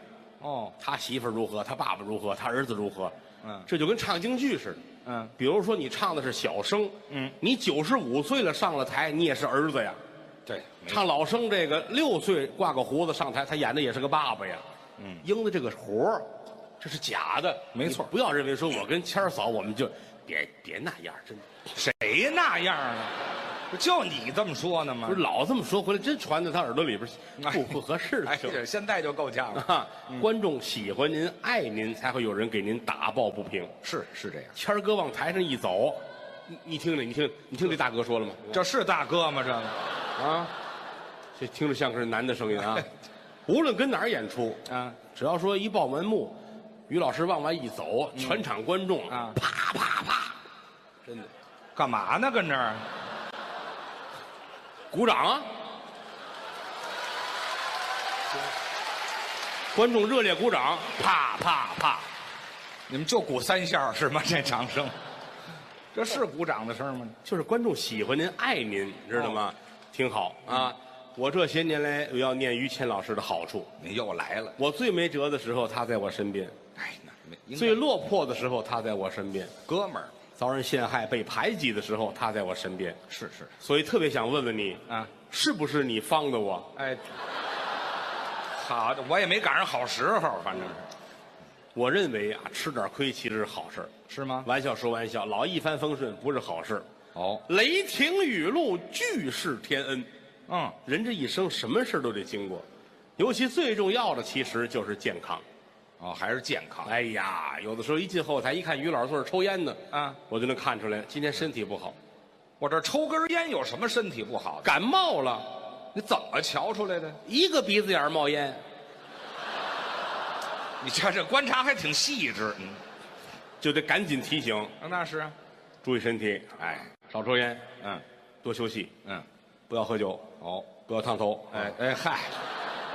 A: 哦
D: 他媳妇儿如何，他爸爸如何，他儿子如何，
A: 嗯
D: 这就跟唱京剧似的。
A: 嗯
D: 比如说你唱的是小生，
A: 嗯，
D: 你九十五岁了上了台，你也是儿子呀。
A: 对没
D: 唱老生这个六岁挂个胡子上台，他演的也是个爸爸呀。
A: 嗯
D: 应的这个活儿，这是假的，
C: 没错
D: 你不要认为说我跟谦儿嫂我们就别别那样，真的
C: 谁那样呢？不就你这么说呢吗
A: 嗯
D: 不？是老这么说回来，真传到他耳朵里边
A: *laughs*
C: 哎
D: 不不合适了
C: 哎，
D: 就。
C: 这现在就够呛了。
D: 啊，
A: 嗯
D: 观众喜欢您、爱您，才会有人给您打抱不平。
C: 是是这样，
D: 谦儿哥往台上一走，你你听着，你听，你听这大哥说了吗？
C: 这是大哥吗？这个
D: 啊，这听着像是男的声音啊。无论跟哪儿演出，
C: 啊，
D: 只要说一报完幕，于老师往外一走，全场观众
C: 啊
D: 啪啪啪
C: 干嘛呢？跟这儿
D: 鼓掌啊！观众热烈鼓掌，啪啪啪！
C: 你们就鼓三下是 *laughs* 吗？这掌声，这是鼓掌的声吗？
D: 就是观众喜欢您、爱您，知道吗？挺好啊！我这些年来，我要念于谦老师的好处。
C: 你又来了，
D: 我最没辙的时候，他在我身边；
C: 哎，那没应
D: 最落魄的时候，他在我身边；
C: 哥们儿
D: 遭人陷害、被排挤的时候，他在我身边。
C: 是是
D: 所以特别想问问你，
C: 啊，
D: 是不是你帮的我？
C: 哎，好，我也没赶上好时候，反正是
D: 我认为啊，吃点亏其实是好事儿。
C: 是吗？
D: 玩笑说玩笑，老一帆风顺不是好事儿。
C: 哦，
D: 雷霆雨露，俱是天恩。
C: 嗯，
D: 人这一生什么事儿都得经过，尤其最重要的其实就是健康。
C: 哦，还是健康，
D: 哎呀，有的时候一进后台一看于老师坐这儿抽烟呢，
C: 啊，
D: 我就能看出来今天身体不好，
C: 我这抽根烟有什么身体不好的？
D: 感冒了，
C: 你怎么瞧出来的？
D: 一个鼻子眼儿冒烟，
C: 你这这观察还挺细致，嗯，
D: 就得赶紧提醒，
C: 那是啊，
D: 注意身体，
C: 哎，
D: 少抽烟，
C: 嗯
D: 多休息，
C: 嗯，
D: 不要喝酒，
C: 哦，
D: 不要烫头。嗯
C: 哎，哎嗨，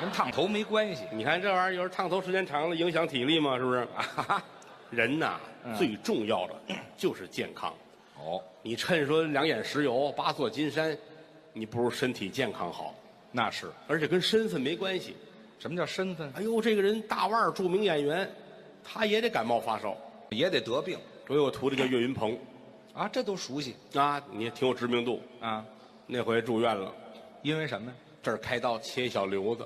C: 跟烫头没关系，
D: 你看这玩意儿，有时候烫头时间长了影响体力嘛，是嗯不是？啊人呐，最重要的 *clears throat* 就是健康。
C: 哦，
D: 你趁说两眼石油，八座金山，你不如身体健康好，
C: 那是，
D: 而且跟身份没关系。
C: 什么叫身份？
D: 哎呦，这个人大腕儿，著名演员，他也得感冒发烧。
C: 也得得病
D: 我有个徒弟叫岳云鹏，
C: 啊，这都熟悉
D: 啊，你也挺有知名度。
C: 啊，
D: 那回住院了，
C: 因为什么呀？
D: 这儿开刀切一小瘤子，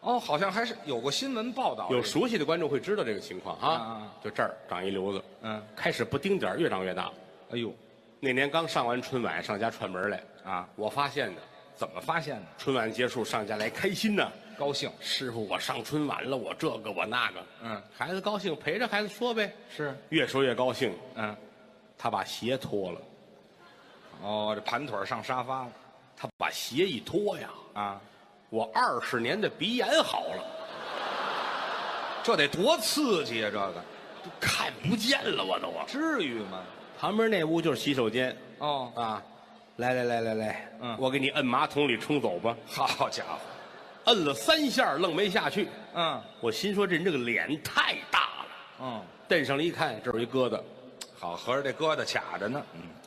C: 哦，好像还是有过新闻报道，
D: 有，熟悉的观众会知道这个情况啊
C: 啊。
D: 就这儿长一瘤子，
C: 嗯，
D: 开始不丁点儿，越长越大。
C: 哎呦，
D: 那年刚上完春晚，上家串门来
C: 啊，
D: 我发现的。
C: 怎么发现的？
D: 春晚结束，上家来开心呢。
C: 高兴
D: 师傅，我上春晚了，我这个我那个，
C: 嗯，
D: 孩子高兴，陪着孩子说呗，
C: 是，
D: 越说越高兴。
C: 嗯，
D: 他把鞋脱了，
C: 哦，这盘腿上沙发了
D: 他把鞋一脱呀，
C: 啊，
D: 我二十年的鼻炎好了，
C: 这得多刺激啊！这个
D: 都看不见了，我都啊。
C: 至于吗？
D: 旁边那屋就是洗手间
C: 哦，
D: 啊，来来来来来，
C: 嗯
D: 我给你摁马桶里冲走吧。
C: 好家伙，
D: 摁了三下，愣没下去。
C: 嗯
D: 我心说这人这个脸太大了，
C: 嗯，
D: 蹬上了一看，这儿有一疙瘩，
C: 好，合着这疙瘩卡着呢，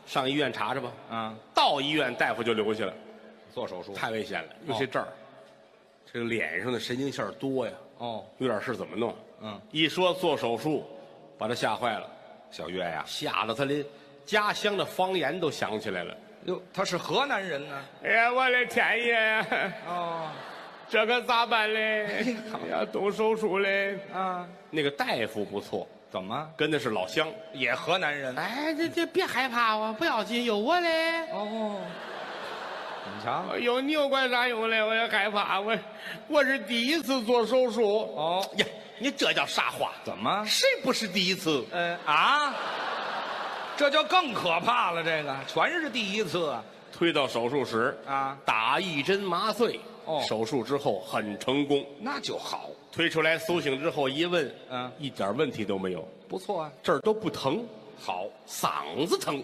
D: 上医院查查吧。
C: 嗯啊，
D: 到医院大夫就留下了，
C: 做手术
D: 太危险了，尤其
C: 哦
D: 这儿，这个脸上的神经线儿多呀，
C: 哦，
D: 有点事儿怎么弄？
C: 嗯，
D: 一说做手术，把他吓坏了，
C: 小月呀，
D: 吓得他连家乡的方言都想起来了。
C: 哟，他是河南人呢，
D: 哎呀，我的天爷，
C: 哦
D: 这可咋办嘞？要动手术嘞？
C: 啊，
D: 那个大夫不错，
C: 怎么
D: 跟的是老乡。
C: 也河南人？
D: 哎，这这别害怕我，不要紧，有我嘞。
C: 哦，你瞧，
D: 有哎你又管啥用嘞？我也害怕，我我是第一次做手术。
C: 哦，
D: 呀，你这叫啥话？
C: 怎么？
D: 谁不是第一次？
C: 呃啊，这就更可怕了。这个全是第一次啊！
D: 推到手术室
C: 啊
D: 打一针麻醉。
C: 哦
D: 手术之后很成功，
C: 那就好，
D: 推出来苏醒之后一问，
C: 嗯
D: 一点问题都没有，
C: 不错啊。
D: 这儿都不疼，
C: 好，
D: 嗓子疼。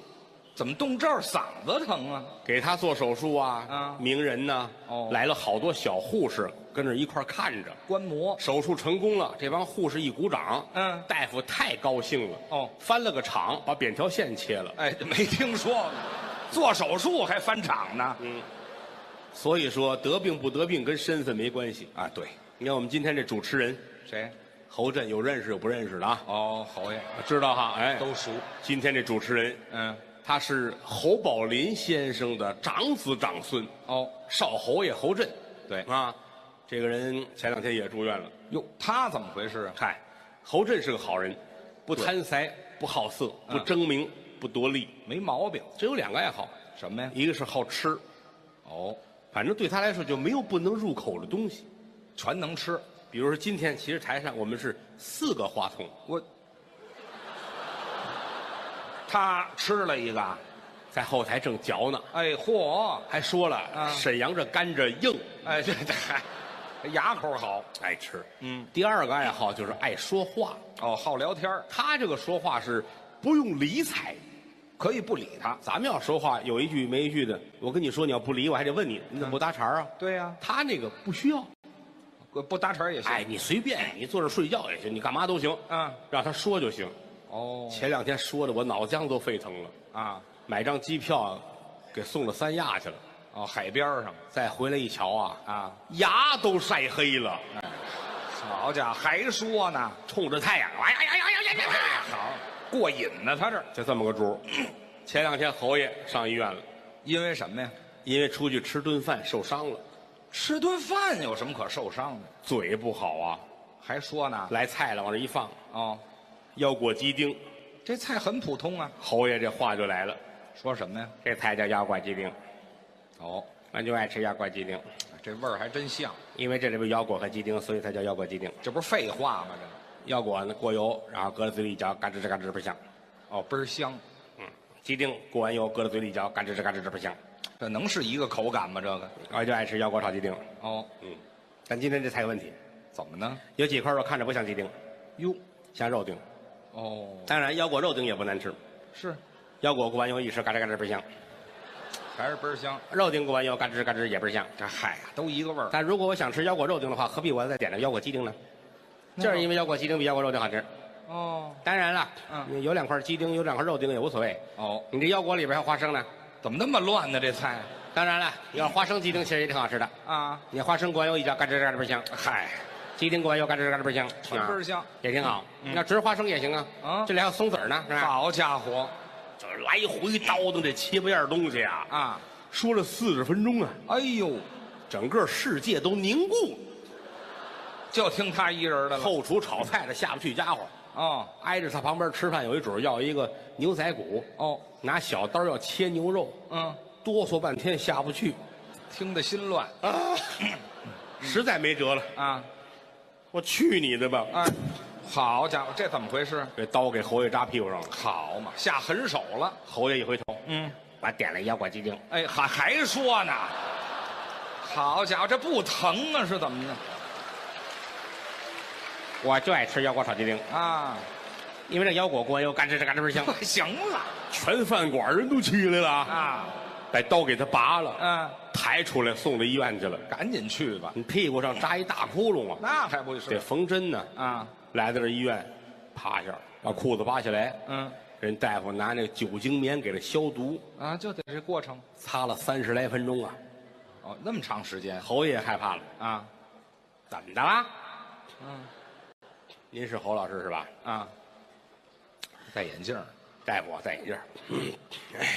C: 怎么动这儿嗓子疼啊？
D: 给他做手术啊，
C: 啊
D: 名人呐、
C: 哦
D: 来了好多小护士跟着一块儿看着。
C: 观摩
D: 手术成功了，这帮护士一鼓掌，
C: 嗯
D: 大夫太高兴了，
C: 哦
D: 翻了个场，把扁条线切了。
C: 哎，没听说过，做手术还翻场呢？
D: 所以说得病不得病跟身份没关系。
C: 啊，对，
D: 你看我们今天这主持人
C: 谁？
D: 侯震，有认识有不认识的啊，
C: 哦，侯爷
D: 知道哈？哎，
C: 都熟。
D: 今天这主持人，
C: 嗯，
D: 他是侯宝林先生的长子长孙，
C: 哦，
D: 少侯爷侯震。
C: 对
D: 啊，这个人前两天也住院了。
C: 哟，他怎么回事啊？
D: 嗨，侯震是个好人，不贪财，不好色，
C: 嗯
D: 不争名，不夺利，
C: 没毛病。
D: 只有两个爱好，
C: 什么呀？
D: 一个是好吃，
C: 哦，
D: 反正对他来说就没有不能入口的东西。
C: 全能吃。
D: 比如说今天，其实台上我们是四个话筒，
C: 我，他吃了一个，啊
D: 在后台正嚼呢，
C: 哎嚯，
D: 还说了、
C: 啊
D: 沈阳这甘蔗硬，
C: 哎这这还牙口好
D: 爱吃。
C: 嗯，
D: 第二个爱好就是爱说话，
C: 哦，好聊天儿
D: 他这个说话是不用理睬。
C: 可以不理他。
D: 咱们要说话有一句没一句的，我跟你说，你要不理我还得问你，你怎么不搭茬啊？
C: 对呀、
D: 他那个不需要，
C: 呃不搭茬儿也行。
D: 哎，你随便，你坐这睡觉也行，你干嘛都行，
C: 嗯，
D: 让他说就行。
C: 哦
D: 前两天说的我脑浆都沸腾了，
C: 啊，
D: 买张机票给送到三亚去了，
C: 哦，海边儿上
D: 再回来一瞧啊，
C: 啊，
D: 牙都晒黑了，
C: 好家伙，还说呢，
D: 冲着太阳，哎呀呀呀呀呀呀呀！
C: 好过瘾呢，他这儿
D: 就这么个主儿。前两天侯爷上医院了，
C: 因为什么呀？
D: 因为出去吃顿饭受伤了，
C: 吃顿饭有什么可受伤的？
D: 嘴不好啊，
C: 还说呢？
D: 来菜了往这一放，
C: 哦，
D: 腰果鸡丁。
C: 这菜很普通啊。
D: 侯爷这话就来了，
C: 说什么呀？
D: 这菜叫腰果鸡丁，
C: 哦，
D: 俺就爱吃腰果鸡丁，
C: 这味儿还真像，
D: 因为这里边有腰果和鸡丁，所以它叫腰果鸡丁。
C: 这不是废话吗？这
D: 腰果呢过油，然后搁到嘴里一嚼，嘎吱吱嘎吱吱不香。
C: 哦，倍儿香，
D: 嗯，鸡丁过完油搁到嘴里一嚼，嘎吱吱嘎吱吱不香。
C: 这能是一个口感吗？这个
D: 我就爱吃腰果炒鸡丁。
C: 哦，
D: 嗯，但今天这菜有问题，
C: 怎么呢？
D: 有几块肉看着不像鸡丁，
C: 哟，
D: 像肉丁。
C: 哦，
D: 当然，腰果肉丁也不难吃，
C: 是，
D: 腰果过完油一吃，嘎吱嘎吱倍儿香；
C: 还是倍儿香。
D: 肉丁过完油，嘎吱嘎吱也倍儿香。
C: 这嗨呀，都一个味儿。
D: 但如果我想吃腰果肉丁的话，何必我再点个腰果鸡丁呢？就是因为腰果鸡丁比腰果肉丁好吃。
C: 哦
D: 当然了，
C: 嗯
D: 有两块鸡丁，有两块肉丁也无所谓。
C: 哦，
D: 你这腰果里边还有花生呢。
C: 怎么那么乱呢？这菜
D: 当然了，要是花生鸡丁其实也挺好吃的。
C: 啊，
D: 你花生过完油一嚼，嘎吱嘎吱倍儿香；
C: 嗨，
D: 鸡丁过完油，嘎吱嘎吱倍儿香，
C: 全倍儿香嗯
D: 啊也挺好。要直花生也行啊，
C: 啊
D: 这里还有松子儿呢，是吧？
C: 好家伙
D: 这来回叨叨这七八样东西啊，
C: 啊！
D: 说了四十分钟啊，
C: 哎呦，
D: 整个世界都凝固。
C: 就听他一人的了。
D: 后厨炒菜的下不去家伙，
C: 哦
D: 挨着他旁边吃饭有一主儿要一个牛仔骨，
C: 哦，
D: 拿小刀要切牛肉，
C: 嗯，
D: 哆嗦半天下不去，
C: 听得心乱
D: 实在没辙了，
C: 啊
D: 我去你的吧！
C: 啊！好家伙，这怎么回事？
D: 这刀给侯爷扎屁股上了，
C: 好嘛，下狠手了。
D: 侯爷一回头，
C: 嗯，
D: 我点了腰果鸡丁。
C: 哎，还还说呢。好家伙，这不疼啊？是怎么
D: 我就爱吃腰果炒鸡丁，
C: 的 *laughs* 啊？
D: 因为这腰果过完油，嘎吱吱嘎吱倍儿香。
C: 行了
D: *laughs* 全饭馆人都起来了啊，
C: 啊，
D: 把刀给他拔了，
C: 嗯，
D: 抬出来送到医院去了。
C: 赶紧去吧。
D: 你屁股上扎一大窟窿啊！
C: 那还不
D: 这
C: 是
D: 缝针呢，
C: 啊？
D: 来到这医院，趴下把裤子扒下来，
C: 嗯
D: 人大夫拿那个酒精棉给他消毒，
C: 啊，就得这过程。
D: 擦了三十来分钟啊。
C: 哦，那么长时间
D: 侯爷害怕了，
C: 啊？
D: 怎么的啦？
C: 嗯
D: 您是侯老师是吧？
C: 啊，戴眼镜儿
D: 大夫，我戴眼镜儿。哎，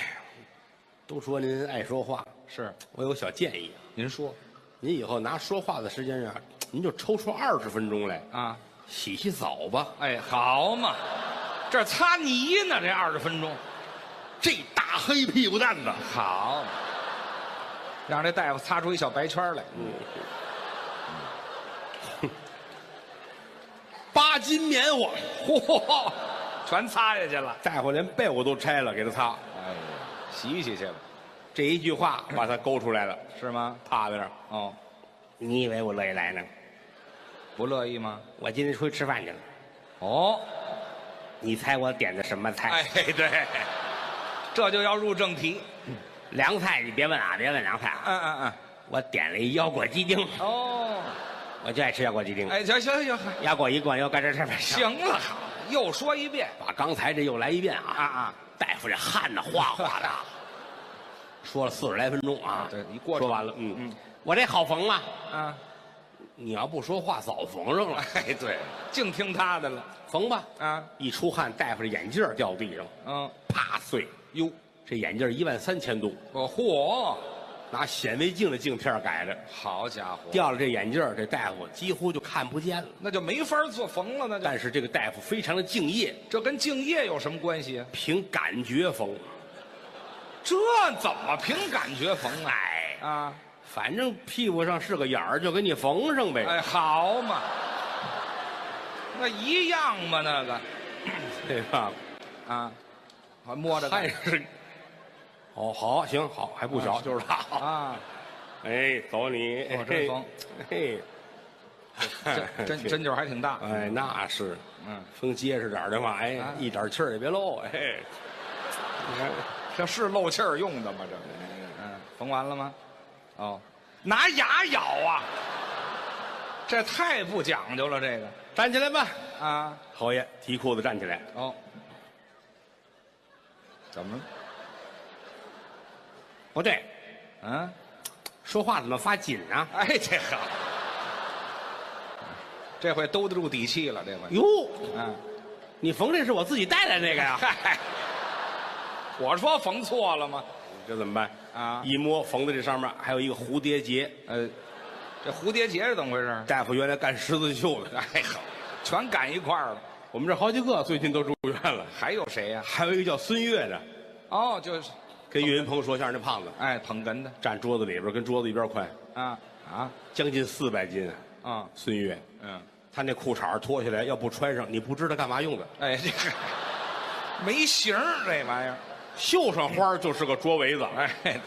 D: 都说您爱说话，
C: 是？
D: 我有个小建议，
C: 您说
D: 您以后拿说话的时间啊，您就抽出二十分钟来
C: 啊？
D: 洗洗澡吧。
C: 哎，好嘛，这儿擦泥呢，这二十分钟，
D: 这大黑屁股蛋子，
C: 好，让这大夫擦出一小白圈儿来。
D: 八斤棉花，
C: 嚯，全擦下去了。
D: 大夫连被窝都拆了给他擦。
C: 哎呀，洗洗去吧，
D: 这一句话把他勾出来了，
C: 是吗？
D: 趴在那儿。
C: 哦，
D: 你以为我乐意来呢？
C: 不乐意吗？
D: 我今天出去吃饭去了。
C: 哦，
D: 你猜我点的什么菜？
C: 哎，对，这就要入正题。
D: 凉菜，你别问啊，别问凉菜啊。
C: 嗯嗯嗯。
D: 我点了一腰果鸡丁，
C: 哦，
D: 我就爱吃腰果鸡丁。
C: 哎，行行行，
D: 腰果一灌腰，干这事儿。
C: 行了，又说一遍
D: 把刚才这又来一遍啊
C: 啊！啊！
D: 大夫这汗呐，哗哗的，啊
C: *laughs*
D: 说了四十来分钟啊。
C: 对一过程
D: 说完了，嗯嗯，我这好缝吗？
C: 啊，
D: 你要不说话，早缝上了。
C: *laughs* 哎，对，净听他的了
D: 缝吧，
C: 啊。
D: 一出汗，大夫这眼镜儿掉地上了，
C: 嗯，
D: 啪碎。
C: 哟，哦
D: 这眼镜一万三千度，
C: 我嚯，
D: 拿显微镜的镜片改的。
C: 好家伙，
D: 掉了这眼镜儿，这大夫几乎就看不见了。
C: 那就没法做缝了，那就
D: 但是这个大夫非常的敬业，
C: 这跟敬业有什么关系？
D: 凭感觉缝。
C: 这怎么凭感觉缝啊？
D: 哎，
C: 啊，
D: 反正屁股上是个眼儿，就给你缝上呗。
C: 哎，好嘛，那一样嘛，那个
D: 对吧？
C: 啊，还摸着
D: 还
C: 干
D: 是，哦，好，行，好，还不小，就是他。
C: *laughs* 啊，
D: 哎，走你，
C: 哎
D: *laughs*
C: 哦真疯
D: 嘿， *laughs*
C: 这针针灸还挺大，
D: 哎，那是，
C: 嗯，
D: 风结实点儿的嘛，哎，
C: 啊
D: 一点气儿也别漏，哎，你看，
C: 这是漏气儿用的吗？这，嗯，缝完了吗？哦，拿牙咬啊，这太不讲究了，这个
D: 站起来吧，
C: 啊，
D: 侯爷提裤子站起来，
C: 哦，怎么了？
D: 不对，
C: 嗯、
D: 说话怎么发紧啊？
C: 哎，这好，这回兜得住底气了，这回，
D: 哟，
C: 嗯，
D: 你缝这是我自己带来那个呀？
C: 嗨，我说缝错了吗？
D: 这怎么办
C: 啊
D: 一摸缝在这上面还有一个蝴蝶结，
C: 呃，这蝴蝶结是怎么回事？
D: 大夫原来干十字绣的，
C: 哎好，全赶一块儿了。
D: 我们这好几个最近都住院了，
C: 还有谁呀、
D: 还有一个叫孙越的，
C: 哦，就是，
D: 跟岳云鹏说相声那胖子，
C: 哎，捧哏的
D: 站桌子里边儿跟桌子一边儿宽，
C: 啊啊
D: 将近四百斤啊，
C: 啊，
D: 孙越。
C: 嗯，
D: 他那裤衩儿脱下来，要不穿上，你不知道干嘛用的。
C: 哎，这个没形儿，这玩意儿，
D: 绣上花儿就是个桌围子，哎，
C: 哎，对，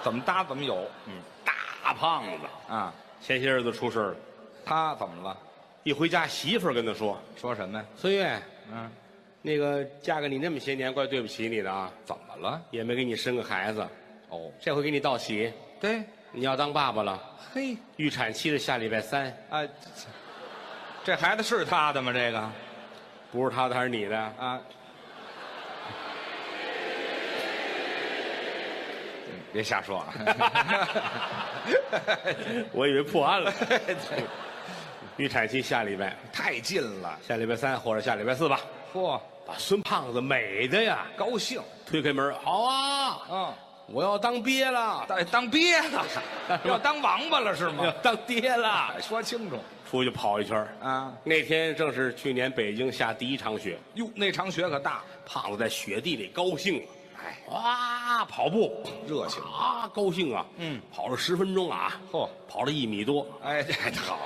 C: 怎么搭怎么有嗯
D: 大胖子。
C: 啊。
D: 前些日子出事儿了，
C: 他怎么了？
D: 一回家媳妇儿跟他说
C: 说什么呀？：“
D: 孙越，
C: 嗯，
D: 那个嫁给你那么些年，怪对不起你的啊，
C: 怎么了？
D: 也没给你生个孩子，
C: 哦，
D: 这回给你道喜，
C: 对，
D: 你要当爸爸了。
C: 嘿。
D: 预产期是下礼拜三，
C: 啊，这这孩子是他的吗？这个
D: 不是他的还是你的？
C: 啊，别瞎说 *laughs* 啊！
D: *laughs* 我以为破案了。预产期下礼拜，
C: 太近了，
D: 下礼拜三或者下礼拜四吧。
C: 嚯，
D: 把孙胖子美的呀，
C: 高兴
D: 推开门，好啊，
C: 啊！
D: 我要当爹了，
C: 当当鳖了， *laughs* 要当王八了是
D: *laughs* 我要
C: 吗？
D: 当爹了，
C: *laughs* 说清楚
D: 出去跑一圈儿
C: 啊！
D: 那天正是去年北京下第一场雪，
C: 哟，那场雪可大，
D: 胖子在雪地里高兴，
C: 哎，
D: 哇，跑步
C: 热情
D: 啊，高兴啊，
C: 嗯，
D: 跑了十分钟啊，
C: 嚯，
D: 跑了一米多，
C: 哎，这
D: *laughs*
C: 好，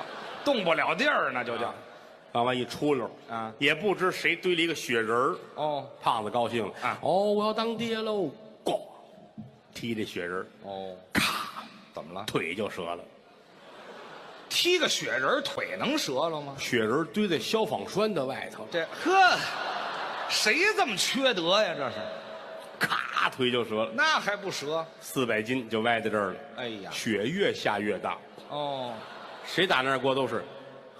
C: 动不了地儿呢，就叫
D: 往外一出溜，
C: 啊
D: 也不知谁堆了一个雪人儿，
C: 哦
D: 胖子高兴了
C: 啊
D: 哦，我要当爹喽，咣，踢这雪人儿，
C: 哦，
D: 咔，
C: 怎么了？
D: 腿就折了。
C: 踢个雪人儿腿能折了吗？
D: 雪人儿堆在消防栓的外头，
C: 这呵，谁这么缺德呀？这是，
D: 咔，腿就折了，
C: 那还不折？
D: 四百斤就歪在这儿了。
C: 哎呀，
D: 雪越下越大，
C: 哦，
D: 谁打那儿过都是，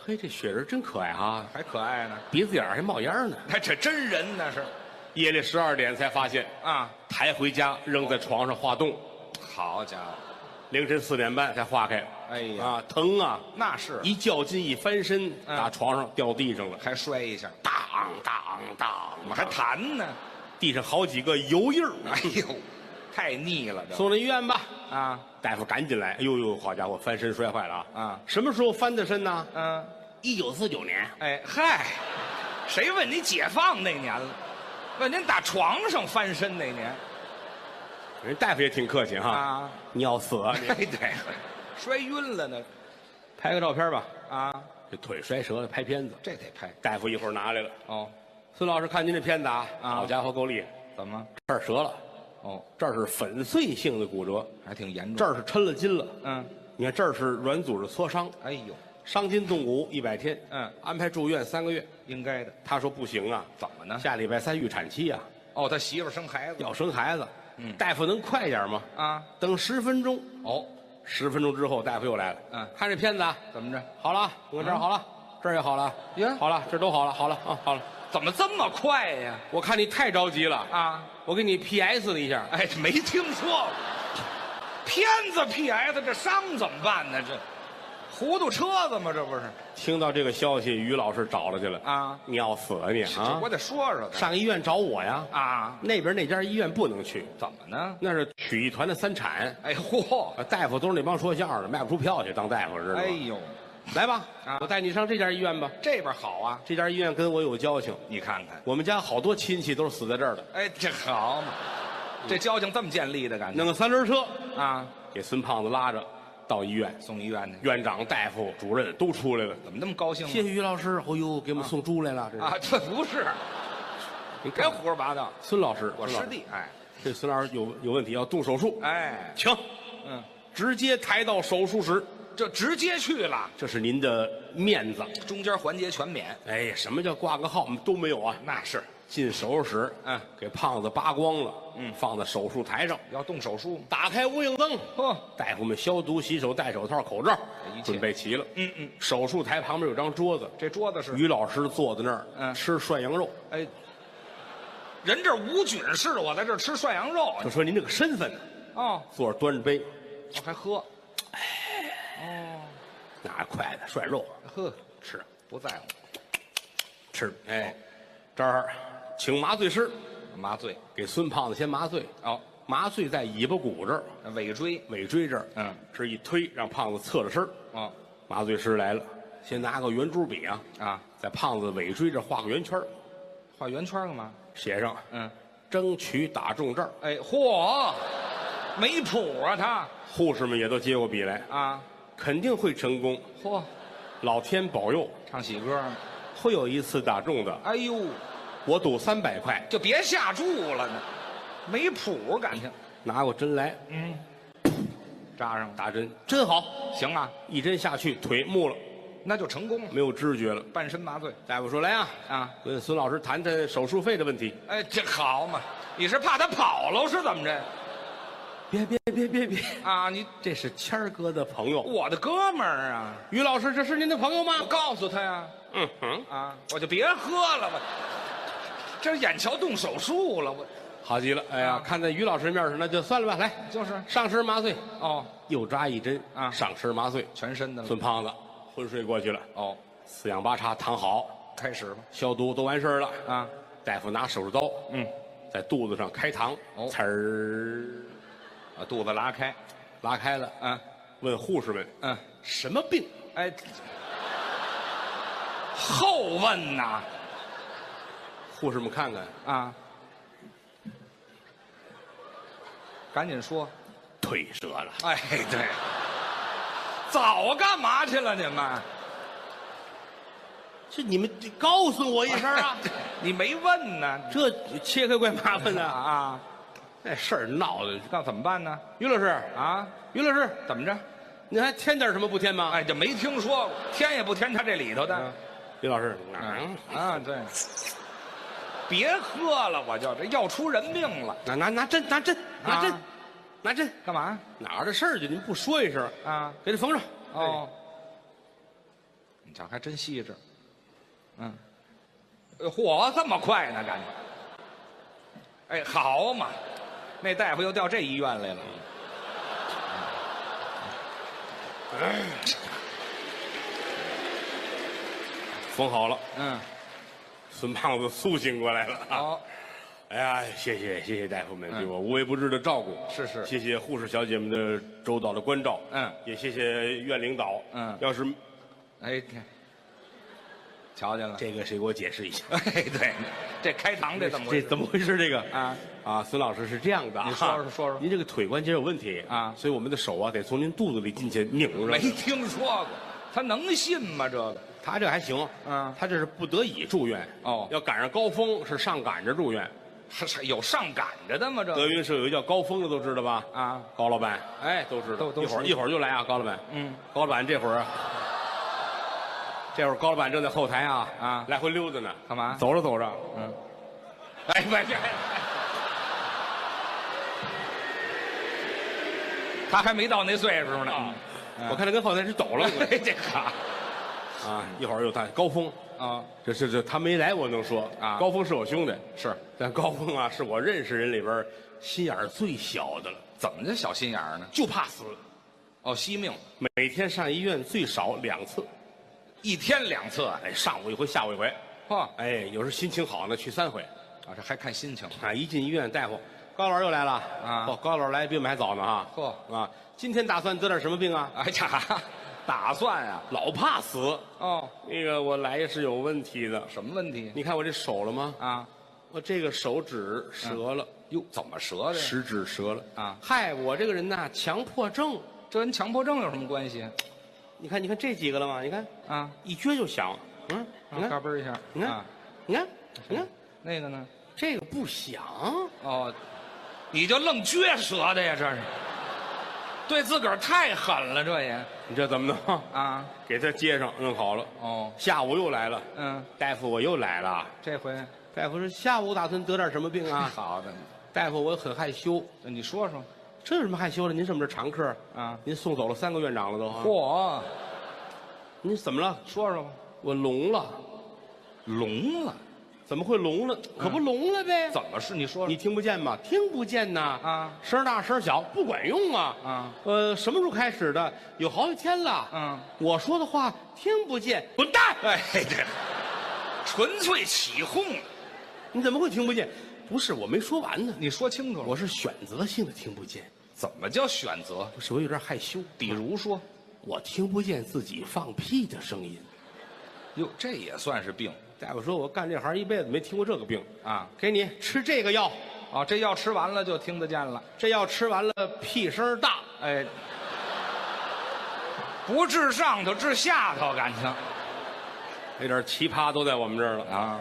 D: 嘿，这雪人真可爱啊，
C: 还可爱呢，
D: 鼻子眼儿还冒烟儿呢。
C: 还这真人那是
D: 夜里十二点才发现，
C: 啊，
D: 抬回家扔在床上化冻，
C: 好家伙，
D: 凌晨四点半才化开。
C: 哎呀
D: 啊，疼啊！
C: 那是
D: 一较劲一翻身，
C: 嗯
D: 打床上掉地上了，
C: 还摔一下，
D: 当当当，
C: 还弹呢，
D: 地上好几个油印儿。
C: 哎呦，太腻了这
D: 送到医院吧，
C: 啊，
D: 大夫赶紧来。哎呦呦，好家伙，翻身摔坏了啊！
C: 啊
D: 什么时候翻的身呢？
C: 嗯、
D: 一九四九年。
C: 哎嗨，谁问你解放那年了？问您打床上翻身那年
D: 人大夫也挺客气哈，
C: 啊？
D: 你要死啊！你
C: 哎对，摔晕了呢
D: *laughs* 拍个照片吧。
C: 啊，
D: 这腿摔折了，拍片子。
C: 这得拍
D: 大夫一会儿拿来了，
C: 哦，
D: 孙老师看您这片子啊，
C: 啊
D: 好家伙，够厉害！
C: 怎么？
D: 这儿折了，
C: 哦，
D: 这儿是粉碎性的骨折，
C: 还挺严重，
D: 这儿是抻了筋了。
C: 嗯，
D: 你看这儿是软组织挫伤，
C: 哎呦，
D: 伤筋动骨一百天，
C: 嗯，
D: 安排住院三个月。
C: 应该的，
D: 他说不行啊，
C: 怎么呢？
D: 下礼拜三预产期啊，
C: 哦，他媳妇儿生孩子
D: 要生孩子。
C: 嗯
D: 大夫能快点吗？
C: 啊？
D: 等十分钟，
C: 哦，
D: 十分钟之后大夫又来了。
C: 嗯
D: 看这片子啊，
C: 怎么着？
D: 好了啊，我这儿好了，这儿也好了，啊
C: 呀
D: 好了，这儿都好了，好了啊，好了。
C: 怎么这么快呀？
D: 我看你太着急了，
C: 啊，
D: 我给你 PS 了一下。
C: 哎，没 *laughs* 听说过，片子 PS 这伤怎么办呢？这糊涂车子吗？这不是
D: 听到这个消息，于老师找了去了
C: 啊
D: 你要死啊你啊
C: 我！得说说他
D: 上医院找我呀！
C: 啊，
D: 那边那家医院不能去，
C: 怎么呢？
D: 那是曲艺团的三产，
C: 哎嚯，
D: 啊大夫都是那帮说相声的，卖不出票去当大夫知道吗？
C: 哎呦，
D: 来吧
C: 啊，
D: 我带你上这家医院吧。
C: 这边好啊，
D: 这家医院跟我有交情，
C: 你看看，
D: 我们家好多亲戚都是死在这儿的。
C: 哎，这好嘛，这交情这么建立的感觉
D: 弄个三轮车
C: 啊，
D: 给孙胖子拉着到医院，
C: 送医院去，
D: 院长、大夫、主任都出来了。
C: 怎么那么高兴
D: 谢
C: 呢？
D: 谢于老师，哦呦，给我们送猪来了。这是
C: 啊，这不是，
D: 您
C: 别
D: 看
C: 胡说八道，
D: 孙老师，
C: 我
D: 孙老
C: 师
D: 师，
C: 弟，哎
D: 这孙老师有有问题，要动手术，
C: 哎，
D: 请
C: 嗯，
D: 直接抬到手术室，
C: 就直接去了，
D: 这是您的面子。
C: 中间环节全免，
D: 哎呀，什么叫挂个号？我们都没有啊。
C: 那是
D: 进手术室，
C: 嗯，
D: 给胖子扒光了，嗯，放在手术台上，
C: 要动手术吗？
D: 打开无影灯，
C: 呵，
D: 大夫们消毒、洗手、戴手套、口罩
C: 一，切
D: 准备齐了。
C: 嗯嗯，
D: 手术台旁边有张桌子，
C: 这桌子是，
D: 于老师坐在那儿，
C: 嗯
D: 吃涮羊肉。
C: 哎，人这无菌似的，我在这儿吃涮羊肉，啊
D: 就说您这个身份呢，
C: 哦，
D: 坐着端着杯，
C: 我还喝，
D: 拿着筷子涮肉
C: 呵，
D: 吃
C: 不在乎，
D: 吃。哎，这儿请麻醉师
C: 麻醉，
D: 给孙胖子先麻醉，
C: 哦，
D: 麻醉在尾巴骨这儿、
C: 尾椎，
D: 尾椎这儿，
C: 嗯，
D: 这一推让胖子侧着身儿
C: 哦，
D: 麻醉师来了，先拿个圆珠笔啊，
C: 啊，
D: 在胖子尾椎这儿画个圆圈儿
C: 画圆圈干嘛？
D: 写上
C: 嗯，
D: 争取打中这儿。
C: 哎，嚯，没谱啊他
D: 护士们也都接过笔来，
C: 啊，
D: 肯定会成功，
C: 嚯，
D: 老天保佑，
C: 唱喜歌呢，
D: 会有一次打中的。
C: 哎呦，
D: 我赌三百块，
C: 就别下注了呢，没谱感情，
D: 拿过针来
C: 扎上了，
D: 打针，真好，
C: 行啊，
D: 一针下去腿木了，
C: 那就成功了，
D: 没有知觉了。
C: 半身麻醉
D: 大夫说来啊，
C: 啊，
D: 跟孙老师谈谈手术费的问题。
C: 哎，这好嘛，你是怕他跑了是怎么着
D: 别别别别别，
C: 啊？你
D: 这是谦儿哥的朋友，
C: 我的哥们儿啊，
D: 于老师，这是您的朋友吗
C: 我？告诉他呀，
D: 嗯哼，
C: 啊，我就别喝了吧，这眼瞧动手术了，我
D: 好极了。哎呀，
C: 啊
D: 看在于老师面上，那就算了吧。来，
C: 就是
D: 上身麻醉，
C: 哦，
D: 又扎一针
C: 啊
D: 上身麻醉。
C: 全身的了
D: 孙胖子昏睡过去了，
C: 哦，
D: 四仰八叉躺好，
C: 开始吧
D: 消毒都完事儿了。
C: 啊，
D: 大夫拿手术刀，
C: 嗯，
D: 在肚子上开膛，
C: 哦
D: 呲儿
C: 啊，肚子拉开，
D: 拉开了。
C: 嗯
D: 问护士们
C: 嗯，
D: 什么病？
C: 哎，后问呐
D: 护士们看看
C: 啊，赶紧说，
D: 腿折了，
C: 哎，对，早干嘛去了你们？
D: 这你们得告诉我一声啊！
C: 你没问呢
D: 这切开怪麻烦 *laughs* 的，
C: 啊？
D: 那哎事儿闹的。
C: 那怎么办呢？
D: 于老师，
C: 啊，
D: 于老师，
C: 怎么着？
D: 您还添点什么不添吗？
C: 哎，就没听说过，添也不添他这里头的。
D: 于老师，
C: 嗯
D: 嗯
C: 啊，对，别喝了，我就这要出人命了。
D: 拿拿拿针，拿针，拿针
C: 啊，
D: 拿针，
C: 干嘛
D: 哪儿的事儿去？您不说一声，
C: 啊？
D: 给这缝上。
C: 哦，你瞧还真细致。嗯，呃嚯，这么快呢，感觉。哎，好嘛，那大夫又调这医院来了。
D: 缝好了，
C: 嗯，
D: 孙胖子苏醒过来了。啊
C: 好，
D: 哎呀，谢谢谢谢大夫们
C: 嗯
D: 对我无微不至的照顾，
C: 是是
D: 谢谢护士小姐们的周到的关照，
C: 嗯
D: 也谢谢院领导，
C: 嗯
D: 要是
C: 哎，这瞧见了。
D: 这个谁给我解释一下，
C: *laughs* 哎，对，这开膛这怎么回
D: 这
C: 事？
D: 怎么回事？这个
C: 啊
D: 啊，孙老师是这样的啊，
C: 你说说说说
D: 您这个腿关节有问题
C: 啊
D: 所以我们的手啊得从您肚子里进去拧上，
C: 没听说过，他能信吗？这个
D: 他这还行，
C: 嗯
D: 他这是不得已住院
C: 哦
D: 要赶上高峰是上赶着住院，
C: 还是有上赶着的吗？这
D: 德云社有一个叫高峰的都知道吧？
C: 嗯啊，
D: 高老板，
C: 哎，
D: 都知
C: 都，
D: 道
C: 都
D: 一会儿
C: 熟
D: 一会儿就来啊，高老板。
C: 嗯，
D: 高老板这
C: *laughs*
D: 会儿啊，这会儿高老板正在后台啊
C: 啊
D: 来回溜达呢，
C: 干嘛
D: 走着走着，
C: 嗯，哎，不是，他还没到那岁数呢。嗯
D: 啊我看他跟后台是抖了
C: 哎，这哈
D: 啊，一会儿又他高峰，
C: 啊
D: 这这这他没来我能说
C: 啊
D: 高峰是我兄弟，
C: 是
D: *laughs* 但高峰啊是我认识人里边心眼儿最小的了，
C: 怎么就小心眼儿呢？
D: 就怕死，
C: 哦，惜命，
D: 每天上医院最少两次，
C: 一天两次啊！
D: 哎，上午一回，下午一回，
C: 哦，
D: 哎，有时候心情好呢去三回，
C: 啊，这还看心情。
D: 啊，一进医院大夫，高老师又来了
C: 啊
D: 哦，高老师来比我们还早呢啊，
C: 嚯
D: 啊，今天打算得点什么病啊？
C: 哎呀，打算啊，
D: 老怕死，
C: 哦，
D: 那个我来是有问题的，
C: 什么问题
D: 你看我这手了吗？
C: 啊？
D: 我这个手指折了，
C: 哟，怎么折的呀？
D: 食指折了
C: 嗯啊
D: 嗨，我这个人呐，强迫症，
C: 这跟强迫症有什么关系
D: 你看，你看这几个了吗？你看，
C: 啊？
D: 一撅就响，嗯，你
C: 嘎
D: 看，
C: 嘣一下，
D: 你看
C: 啊，
D: 你看，你看，
C: 那个呢？
D: 这个不响，
C: 哦，
E: 你就愣撅舌的呀？这是
C: 对自个儿太狠了，这也
D: 你这怎么弄？
C: 啊，
D: 给他接上，弄好了。
C: 哦，
D: 下午又来了，
C: 嗯，
D: 大夫，我又来了。
C: 这回
D: 大夫说下午打算得点什么 *laughs* 病啊？
C: 好的，
D: 大夫，我很害羞。
C: 你说说
D: 这有什么害羞的？您是我们这常客
C: 啊
D: 您送走了三个院长了都。嚯、
C: 嚯，
D: 您怎么了？
C: 说说吧，
D: 我聋了？
C: 聋了？
D: 怎么会聋了？可不聋了呗。
C: 怎么是？你说
D: 你听不见吗？听不见呐。
C: 啊
D: 声儿大声儿小不管用啊。
C: 啊，
D: 呃，什么时候开始的？有好几天了。
C: 嗯，
D: 我说的话听不见，滚蛋！
E: 哎，这纯粹起哄。
D: 你怎么会听不见？不是，我没说完呢。
C: 你说清楚了，
D: 我是选择性的听不见，
C: 怎么叫选择？
D: 不是我有点害羞。
C: 比如说，
D: 我听不见自己放屁的声音。
C: 哟，这也算是病
D: 大夫说，我干这行一辈子没听过这个病，
C: 啊？
D: 给你吃这个药，
C: 哦，这药吃完了就听得见了，
D: 这药吃完了屁声儿大。
C: 哎，
E: 不治上头，治下头，感情
D: 那点奇葩都在我们这儿了。
C: 啊，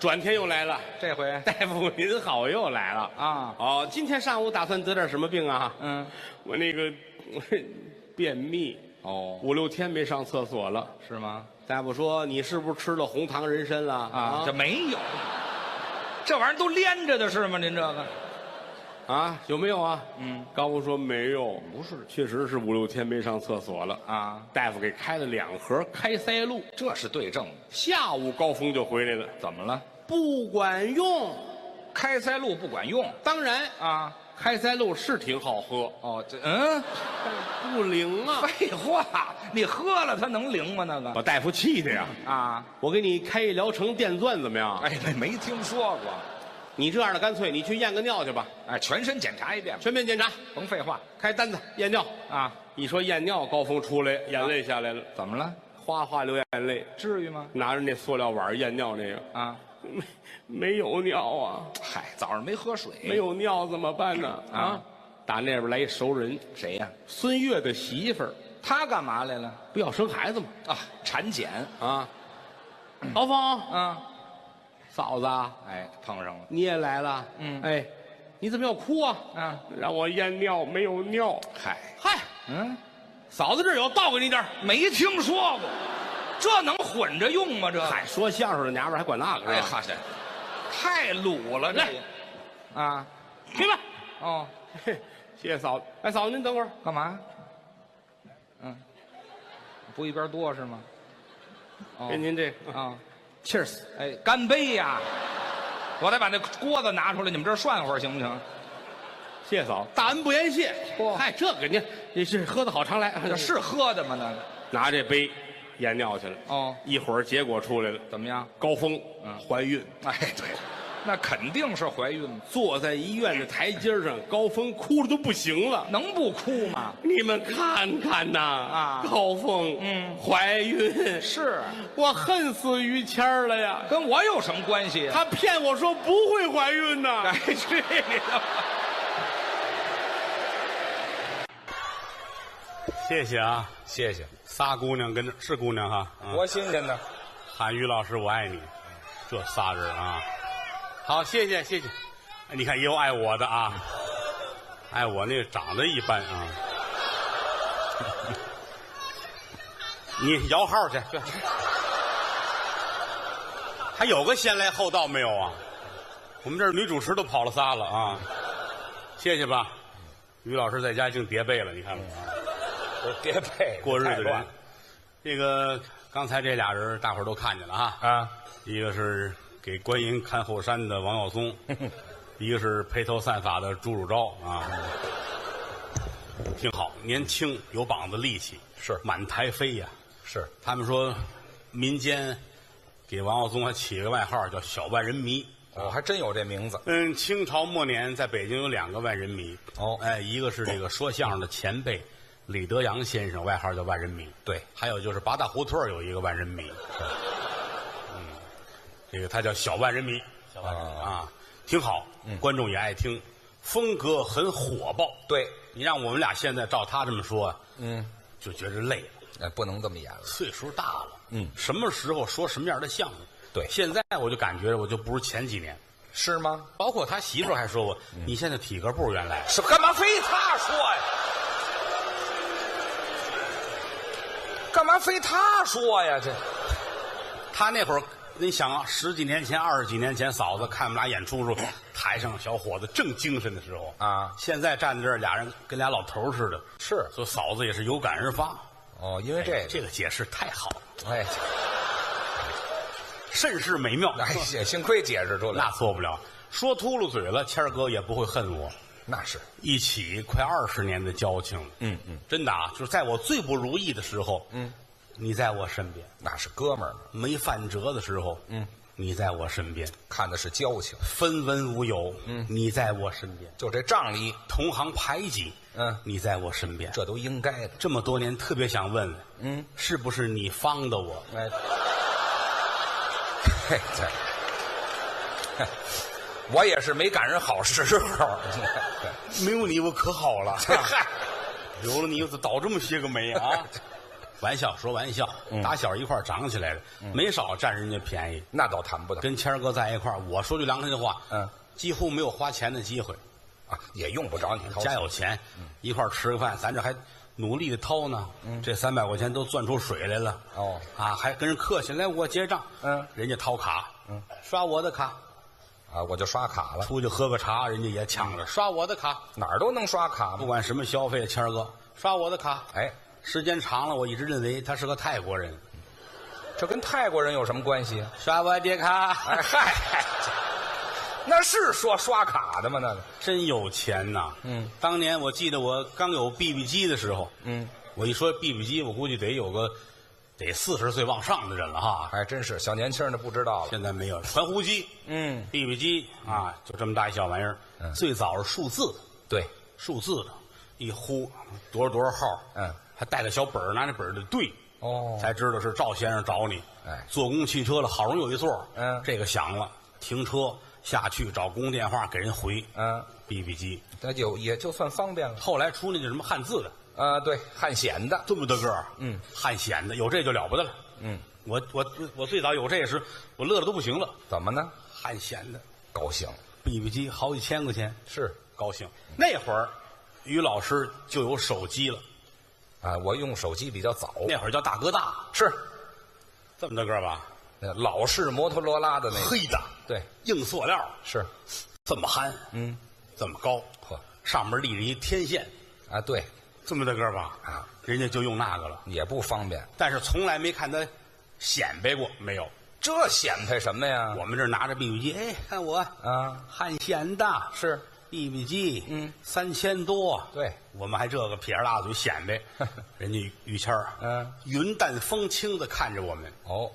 D: 转天又来了，
C: 这回
D: *laughs* 大夫您好，又来了
C: 啊，
D: 哦，今天上午打算得点什么病啊？
C: 嗯，
D: 我那个 *laughs* 便秘，
C: 哦，
D: 五六天没上厕所了。
C: 是吗？
D: 大夫说你是不是吃了红糖人参了
C: 啊，这
D: 啊？
C: 没有，
E: 这玩意儿都连着的是吗？您这个
D: 啊，有没有啊？
C: 嗯，
D: 高夫说没有，
C: 不是
D: 确实是五六天没上厕所了。
C: 啊，
D: 大夫给开了两盒开塞露，
C: 这是对症的。
D: 下午高峰就回来了，
C: 怎么了？
D: 不管用。
C: 开塞露不管用
D: 当然，
C: 啊？
D: 开塞露是挺好喝，
C: 哦，这嗯，
D: 不灵
C: *laughs*
D: 啊！
C: 废话，你喝了它能灵吗？那个
D: 把大夫气的呀！
C: 啊，
D: 我给你开一疗程电钻怎么样？
C: 哎，没没听说过，
D: 你这样的干脆你去验个尿去吧，
C: 哎，全身检查一遍吧，
D: 全面检查，
C: 甭废话
D: 开单子验尿。
C: 啊。
D: 一说验尿，高峰出来，眼泪下来了，
C: 怎么了？
D: 哗哗流眼泪，
C: 至于吗？
D: 拿着那塑料碗验尿那个， *laughs*
C: 啊，
D: 没没有尿啊，
C: 嗨，早上没喝水，
D: 没有尿怎么办呢？哎啊
C: 啊，
D: 打那边来一熟人，
C: 谁呀、
D: 孙越的媳妇儿，
C: 他干嘛来了？
D: 不要生孩子吗？
C: 啊，产检
D: 啊，高峰
C: 啊，
D: 嫂子啊，
C: 哎，碰上了
D: 你也来了，
C: 嗯
D: 哎，你怎么要哭啊？
C: 啊，
D: 让我验尿没有尿，
C: 嗨，
D: 嗨，
C: 嗯，
D: 嫂子这儿有，倒给你点儿
E: 没听说过，这能混着用吗？这个
D: 嗨，说相声的娘们儿还管那个
C: 哎
D: 是吧？
C: 哈这
E: 太鲁了，这
D: 来
E: 也
C: 啊，
D: 明白。
C: 哦，
D: 嘿谢谢嫂子。哎，嫂子您等会儿，
C: 干嘛？嗯，不一边多是吗？哦
D: 给您这
C: 啊、
D: 个啊，Cheers。
C: 哎，干杯呀！我得把那锅子拿出来，你们这儿涮会儿行不行？
D: 谢谢嫂子，大恩不言谢
C: 嚯。
D: 嗨，这给您，这是喝的好常来。
C: 这是喝的吗？那个
D: 哎拿这杯验尿去了。
C: 哦，
D: 一会儿结果出来了，
C: 怎么样？
D: 高峰
C: 嗯
D: 怀孕，
C: 哎，对，那肯定是怀孕嘛，
D: 坐在医院的台阶上，高峰哭的都不行了。
C: 能不哭吗？
D: 你们看看呐，
C: 啊
D: 高峰，
C: 嗯
D: 怀孕，
C: 是，
D: 我恨死于谦儿了呀！
C: 跟我有什么关系呀？
D: 他骗我说不会怀孕呢。
C: 哎，去你的吧！
A: *laughs* 谢谢啊，
E: 谢谢，
A: 仨姑娘跟着是姑娘哈，嗯
E: 多新鲜的。
A: 喊于老师我爱你，这仨人啊，好，谢谢谢谢，你看也有爱我的啊，爱我那长得一般啊，你摇号去，去还有个先来后到没有啊？我们这儿女主持都跑了仨了啊，谢谢吧，于老师在家净叠被了，你看看。
E: 别配
A: 过日子人。这个刚才这俩人，大伙儿都看见了啊。
E: 啊！
A: 一个是给观音看后山的王耀
F: *laughs*
A: 松，一个是披头散发的朱汝昭啊。挺好，年轻有膀子力气，
F: 是
A: 满台飞呀、
F: 是
A: 他们说，民间给王耀宗还起个外号叫“小万人迷
F: 哦，还真有这名字”。
A: 嗯，清朝末年在北京有两个万人迷。
F: 哦
A: 哎，一个是这个说相声的前辈李德阳先生，外号叫万人迷。
F: 对
A: 还有就是八大胡同儿有一个万人迷。嗯，这个他叫小万人迷。小万人迷嗯啊，挺好，观众也爱听，风格很火爆。
F: 对，
A: 你让我们俩现在照他这么说，
F: 嗯，
A: 就觉着累了。
F: 哎，不能这么演了。
A: 岁数大了，
F: 嗯
A: 什么时候说什么样的相声？
F: 对
A: 现在我就感觉我就不如前几年。
F: 是吗？
A: 包括他媳妇儿还说我，你现在体格不如原 *laughs* 来。
F: 是干嘛非他说呀？干嘛非他说呀？这
A: 他那会儿，你想啊，十几年前、二十几年前，嫂子看我们俩演出时候，台上小伙子正精神的时候
F: 啊
A: 现在站在这儿，俩人跟俩老头儿似的。
F: 是
A: 所以嫂子也是有感而发。
F: 哦，因为
A: 哎
F: 这
A: 这个解释太好了，
F: 个，哎，
A: 甚是美妙。
F: 哎，也幸亏解释出来，
A: 那错不了，说秃噜嘴了，谦儿哥也不会恨我。
F: 那是
A: 一起快二十年的交情了。
F: 嗯嗯，
A: 真的啊，就是在我最不如意的时候，嗯，你在我身边；
F: 那是哥们儿嘛，
A: 没饭辙的时候，嗯，你在我身边；
F: 看的是交情，
A: 分文无有，嗯，你在我身边；
F: 就这仗义，
A: 同行排挤，
F: 嗯
A: 你在我身边。
F: 这都应该的。
A: 这么多年，特别想问问，
F: 嗯，
A: 是不是你方的我？
F: 哎， *laughs* 嘿，对， *laughs* 我也是没赶上好时候。对
A: *laughs* 没有你，我可好 *laughs* 了。
F: 嗨，
A: 有了你，我倒这么些个霉啊！ *laughs* 嗯玩笑说玩笑，打小一块儿长起来的，没少占人家便宜。
F: *laughs* 那倒谈不到
A: 跟谦儿哥在一块儿，我说句良心话，
F: 嗯，
A: 几乎没有花钱的机会。
F: 啊， *laughs* 也用不着你掏
A: 家
F: 钱。嗯
A: 有钱，一块儿吃个饭，咱这还努力的掏呢。这三百块钱都攥出水来了。
F: 哦，
A: 啊，还跟人客气，来我结账。
F: 嗯，
A: 人家掏卡，嗯，刷我的卡，
F: 啊，我就刷卡了，
A: 出去喝个茶，人家也抢着刷我的卡。
F: 哪儿都能刷卡
A: 不
F: 嘛。
A: 管什么消费，谦儿哥刷我的卡。
F: 嗯哎，
A: 时间长了，我一直认为他是个泰国人。
F: 这跟泰国人有什么关系啊？
A: 刷我的卡，
F: 哎嗨，那是说刷卡的吗？那个
A: *laughs* 真有钱呐！嗯，当年我记得我刚有 BB 机的时候，嗯，我一说 BB 机，我估计得有个得四十岁往上的人了哈。
F: 还真是小年轻的不知道了。
A: 现在没有了传呼机，
F: 嗯
A: ，BB 机啊，就这么大一小玩意儿。
F: 嗯
A: 最早是数字的，
F: 对，
A: 数字的，一呼多少多少号，
F: 嗯，
A: 还带个小本儿，拿那本儿得对，
F: 哦
A: 才知道是赵先生找你。
F: 哎
A: 坐公汽车了，好容易有一座，
F: 嗯
A: 这个响了，停车下去找公用电话给人回，
F: 嗯
A: ，BB 机。
F: 那就也就算方便了。
A: 后来出那叫什么汉字的，
F: 啊，对，汉显的，
A: 这么大个儿，嗯，汉显的有这就了不得了。
F: 嗯，
A: 我我我最早有这时，我乐的都不行了。
F: 怎么呢？
A: 汉显的
F: 高兴
A: BB 机好几千块钱，
F: 是
A: 高兴。那会儿，于老师就有手机了，
F: 啊，我用手机比较早，
A: 那会儿叫大哥大，
F: 是
A: 这么大个儿吧，
F: 那老式摩托罗拉的那个，
A: 黑的，
F: 对，
A: 硬塑料，
F: 是，
A: 这么憨，嗯，这么高，
F: 呵，
A: 上面立着一天线，
F: 啊，对，
A: 这么大个儿吧，
F: 啊，
A: 人家就用那个了，
F: 也不方便。
A: 但是从来没看他显摆过，没有。
F: 这显摆什么呀？
A: 我们这儿拿着 BB 机，哎，看我
F: 啊，
A: 汉显的
F: 是
A: BB 机，嗯，三千多，
F: 对，
A: 我们还这个撇着大嘴显
F: *laughs*
A: 摆，人家于于谦儿，
F: 嗯，
A: 云淡风轻的看着我们，
F: 哦，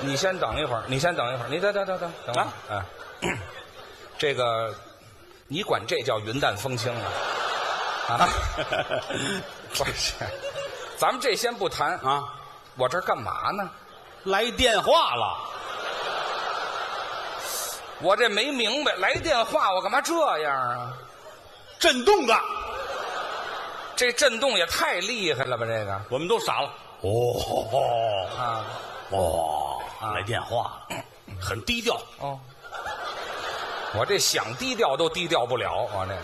F: 你先等一会儿，你先等一会儿，你等等等等等会儿
A: 啊，
F: 嗯、这个你管这叫云淡风轻啊？啊，不是，咱们这先不谈啊，
A: 啊，
F: 我这儿干嘛呢？
A: 来电话了，
F: 我这没明白，来电话我干嘛这样啊？
A: 震动的，
F: 这震动也太厉害了吧？这个
A: 我们都傻了，哦，
F: 啊，
A: 哦，来电话了，很低调，
F: 哦，我这想低调都低调不了，我这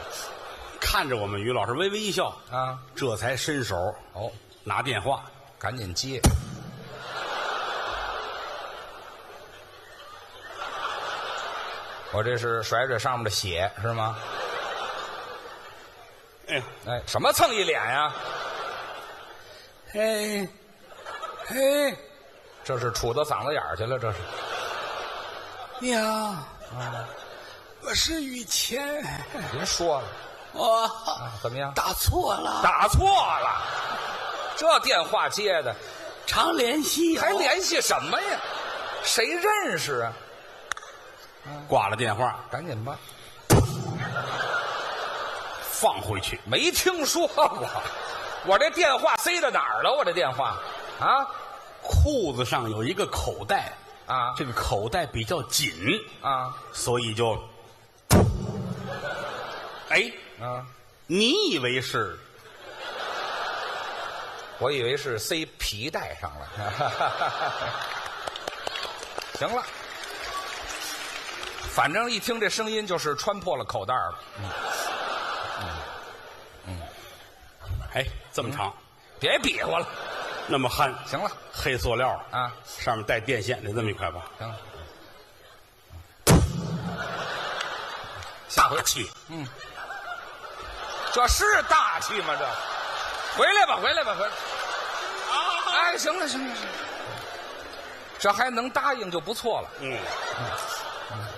A: 看着我们于老师微微一笑，
F: 啊，
A: 这才伸手
F: 哦，
A: 拿电话，
F: 赶紧接。我这是甩甩上面的血是吗？
A: 哎呀，
F: 哎，什么蹭一脸呀、
A: 嘿，嘿，
F: 这是杵到嗓子眼儿去了，这是
A: 你好，
G: 我是雨谦，
F: 您说了
A: 哦
G: 我
F: 啊？怎么样？
G: 打错了，
F: 打错了，这电话接的
G: 常联系哦
F: 还联系什么呀？谁认识啊？
A: 挂了电话，
F: 赶紧吧，
A: 放回去。
F: 没听说过，我这电话塞到哪儿了？我这电话啊
A: 裤子上有一个口袋，
F: 啊
A: 这个口袋比较紧，
F: 啊
A: 所以就，哎，
F: 啊！
A: 你以为是
F: 我以为是塞皮带上了。 *laughs* 行了，反正一听这声音就是穿破了口袋了。
A: 哎这么长，
F: 别比划了，
A: 那么憨，
F: 行了
A: 黑塑料
F: 啊，
A: 上面带电线的这么一块吧，
F: 行了，
A: 下回去。
F: 这是大气吗？这，回来吧，回来吧，回来。哎，行了，行了，行了，这还能答应就不错了。
A: 嗯，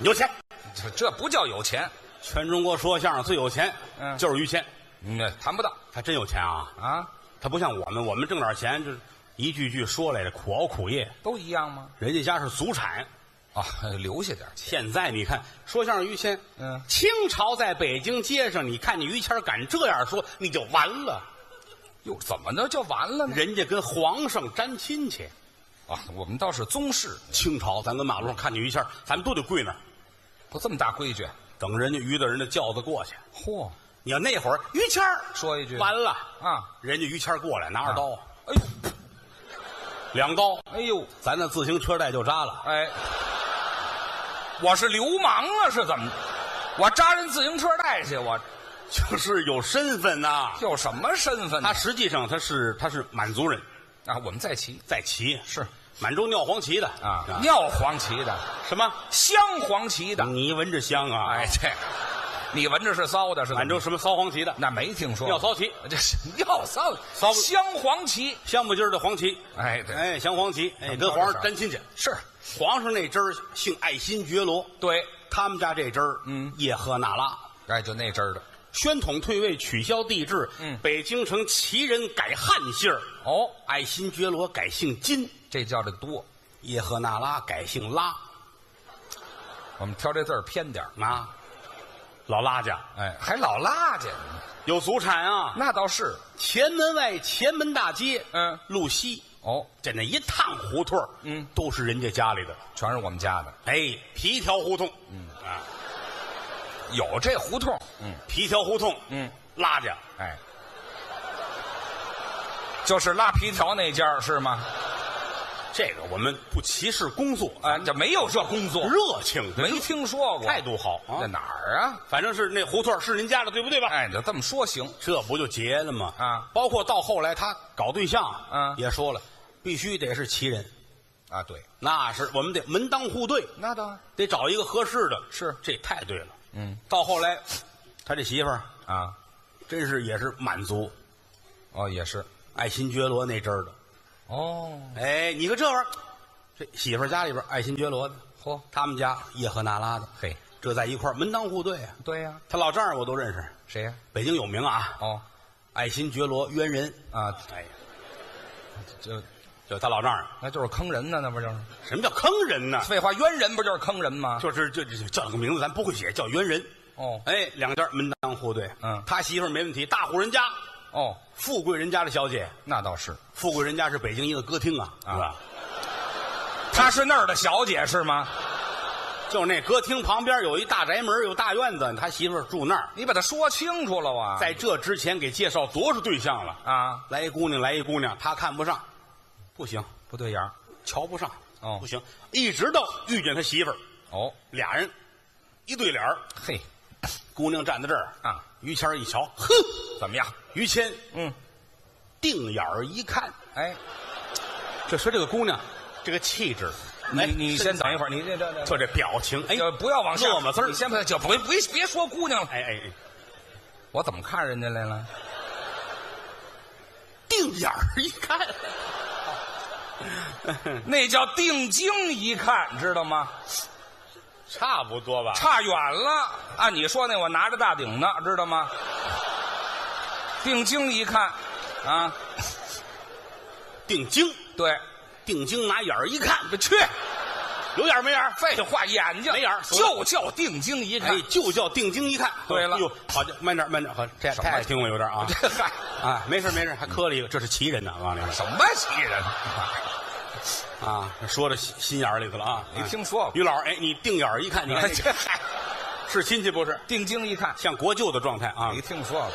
A: 有钱，
F: 这这不叫有钱，
A: 全中国说相声最有钱，
F: 嗯
A: 就是于谦，
F: 嗯，谈不到
A: 他真有钱啊！
F: 啊，
A: 他不像我们，我们挣点钱就是一句句说来的，苦熬苦夜。
F: 都一样吗？
A: 人家家是祖产，
F: 啊，留下点钱。
A: 现在你看说相声于谦，
F: 嗯
A: 清朝在北京街上，你看你于谦敢这样说，你就完了。
F: 哟，怎么呢？就完了呢？
A: 人家跟皇上沾亲戚，
F: 啊，我们倒是宗室，
A: 清朝咱跟马路上看见于谦，咱们都得跪那儿
F: 不这么大规矩。
A: 等人家于大人的轿子过去。
F: 嚯，
A: 你要那会儿于谦儿
F: 说一句
A: 完了
F: 啊，
A: 人家于谦儿过来拿着刀，啊
F: 哎呦，
A: 两刀，
F: 哎呦，
A: 咱那自行车带就扎了。
F: 哎，我是流氓啊，是怎么着？我扎人自行车带去，我
A: 就是有身份呐、
F: 有什么身份呢
A: 他？实际上他是他是满族人，
F: 啊，我们在骑
A: 在旗
F: 是
A: 满洲尿黄旗的
F: 啊，尿黄旗的，
A: 什么？
F: 镶黄旗的，
A: 你闻着香啊！
F: 哎，，这你闻着是骚的，是怎么
A: 满洲什么骚黄旗的，
F: 那没听说
A: 尿骚旗，
F: 这是尿骚
A: 骚
F: 镶黄旗，
A: 香不筋儿的黄旗，
F: 哎对
A: 哎，降黄旗，哎，
F: 香
A: 跟皇
F: 黄旗
A: 上沾亲戚。
F: 是
A: 皇上那支儿姓爱新觉罗，
F: 对，
A: 他们家这支儿，
F: 嗯
A: 叶赫那拉。
F: 哎，就那阵儿的
A: 宣统退位，取消帝制，
F: 嗯
A: 北京城旗人改汉姓儿，
F: 哦，
A: 爱新觉罗改姓金，
F: 这叫这多。
A: 叶赫那拉改姓拉
F: 我们挑这字儿偏点儿，
A: 啊，老拉家
F: 哎，还老拉去，
A: 有祖产啊，
F: 那倒是
A: 前门外前门大街，
F: 嗯
A: 路西，
F: 哦，
A: 这那一趟胡同，
F: 嗯，
A: 都是人家家里的，
F: 全是我们家的，
A: 哎，皮条胡同，嗯啊，
F: 有这胡同，嗯
A: 皮条胡同，
F: 嗯，
A: 拉家
F: 哎，就是拉皮条那家儿是吗？
A: 这个我们不歧视工作，
F: 啊，这没有这工作，
A: 热情，
F: 没听说过，
A: 态度好啊
F: 在，哪儿啊？
A: 反正是那胡同是您家的，对不对吧？
F: 哎，你就这么说行，
A: 这不就结了吗？
F: 啊
A: 包括到后来他搞对象，
F: 嗯
A: 也说了，必须得是旗人，
F: 啊，对，
A: 那是我们得门当户对，
F: 那当然
A: 得找一个合适的。
F: 是
A: 这太对了。
F: 嗯，
A: 到后来，他这媳妇儿
F: 啊，
A: 真是也是满族，
F: 哦，也是，
A: 爱新觉罗那阵儿的。
F: 哦，
A: 哎，你看这玩意儿，这媳妇儿家里边爱新觉罗的，
F: 嚯，
A: 他们家叶赫那拉的，
F: 嘿，
A: 这在一块儿门当户对啊。
F: 对呀、
A: 他老丈人我都认识，
F: 谁呀、
A: 北京有名啊，
F: 哦，
A: 爱新觉罗渊人。
F: 啊，
A: 哎，
F: 就
A: 就他老丈人，
F: 那就是坑人呢，那不就是？
A: 什么叫坑人呢？
F: 废话，冤人不就是坑人吗？
A: 就是就就叫个名字，咱不会写，叫猿人。
F: 哦
A: 哎，两家门当户对。
F: 嗯
A: 他媳妇儿没问题，大户人家，
F: 哦，
A: 富贵人家的小姐，
F: 那倒是，
A: 富贵人家是北京一个歌厅啊，
F: 啊
A: 是吧？
F: 她是那儿的小姐是吗？
A: 就那歌厅旁边有一大宅门，有大院子，他媳妇儿住那儿。
F: 你把她说清楚了啊！
A: 在这之前给介绍多少对象了？
F: 啊，
A: 来一姑娘，来一姑娘，他看不上，不行，
F: 不对眼儿
A: 瞧不上，
F: 哦
A: 不行，一直到遇见他媳妇儿，
F: 哦，
A: 俩人一对脸儿
F: 嘿，
A: 姑娘站在这儿
F: 啊，
A: 于谦儿一瞧，哼，
F: 怎么样？
A: 于谦
F: 嗯，
A: 定眼儿一看，
F: 哎，
A: 就说这个姑娘，这个气质，哎
F: 你你先等一会儿，你这这这
A: 就这表情，哎，
F: 就不要往下
A: 落嘛字儿
F: 你先不就别别别说姑娘了，
A: 哎哎，哎
F: 我怎么看人家来了？
A: 定眼儿一看，嗯
F: 那叫定睛一看，知道吗？
A: 差不多吧？
F: 差远了。按你说那，我拿着大顶呢，知道吗？定睛一看，啊，
A: 定睛，
F: 对，
A: 定睛，拿眼儿一看，
F: 去，
A: 有眼儿没眼儿？
F: 废话，眼睛
A: 没眼儿
F: 就叫定睛一看
A: 哎。，就叫定睛一看。
F: 对了
A: 哟，好的，慢点，慢点，好，这
F: 什么
A: 太听我有点啊
F: 这嗨、
A: 啊，没事没事，还磕了一个，这是奇人呢，往里
F: *laughs* 什么奇人？
A: 啊，说到心心眼儿里头了啊，
F: 没
A: 哎
F: 听说过。
A: *laughs* 于老师，哎，你定眼儿一看，你看这
F: 这
A: 个
F: 嗨，
A: 是亲戚不是？
F: *laughs* 定睛一看，
A: 像国舅的状态啊
F: 没，听说过。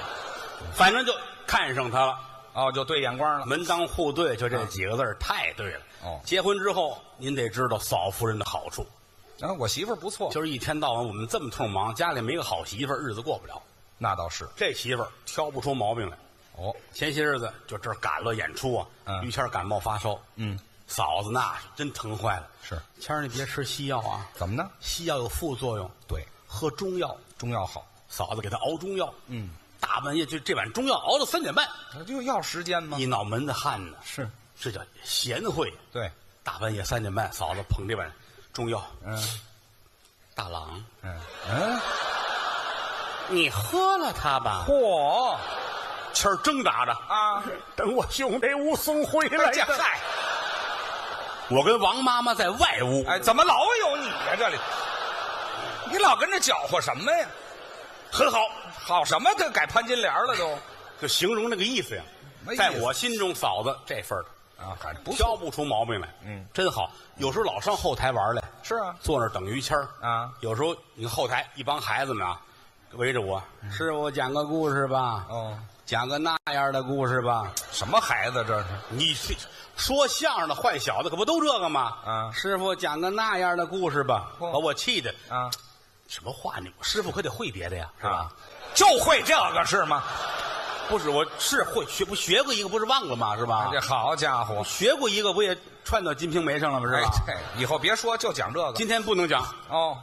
A: 反正就看上他了。
F: 哦，就对眼光了。
A: 门当户对，就这几个字儿太对了。
F: 嗯哦
A: 结婚之后，您得知道嫂夫人的好处，
F: 啊，我媳妇儿不错，
A: 就是一天到晚我们这么通忙，家里没个好媳妇儿，日子过不了。
F: 那倒是。
A: 这媳妇儿挑不出毛病来。
F: 哦，
A: 前些日子就这儿赶了演出啊，
F: 嗯
A: 于谦儿感冒发烧，
F: 嗯，
A: 嫂子那是真疼坏了。
F: 是
A: 谦儿，你别吃西药啊，
F: 怎么呢？
A: 西药有副作用，
F: 对，
A: 喝中药。
F: 中药好，
A: 嫂子给他熬中药，
F: 嗯，
A: 大半夜就这碗中药熬到三点半，
F: 那就要时间吗
A: 一？脑门子汗呢。
F: 是，
A: 这叫贤惠。
F: 对，
A: 大半夜三点半，嫂子捧这碗中药，
F: 嗯
A: 大郎，
F: 嗯嗯，
A: 你喝了它吧。
F: 嚯
A: 谦儿挣扎着，
F: 啊！
A: 等我兄弟武松回来
F: 这嗨，
A: 哎我跟王妈妈在外屋，
F: 哎，怎么老有你呀、这里，你老跟着搅和什么呀？
A: 很好，
F: 好什么？这改潘金莲了都
A: 就形容那个意思呀
F: 没。意思
A: 在我心中，嫂子这份儿
F: 啊，反正不
A: 挑不出毛病来，
F: 嗯，
A: 真好。有时候老上后台玩来，
F: 是啊，
A: 坐那儿等于谦儿
F: 啊。
A: 有时候你看后台一帮孩子们啊，围着我，师傅讲个故事吧，
F: 嗯哦，
A: 讲个那样的故事吧。
F: 什么孩子这是？
A: 你是说相声的坏小子可不都这个吗？
F: 啊
A: 师傅讲个那样的故事吧，
F: 嚯
A: 把我气的。
F: 啊，
A: 什么话你？我师傅可得会别的呀，是吧
F: 啊？就会这个是吗？
A: 不是，我是会学，不学过一个不是忘了吗？是吧？
F: 哎这好家伙！
A: 学过一个不也串到《金瓶梅》上了吗？是
F: 哎
A: 吧？，
F: 这以后别说，就讲这个。
A: 今天不能讲，
F: 哦，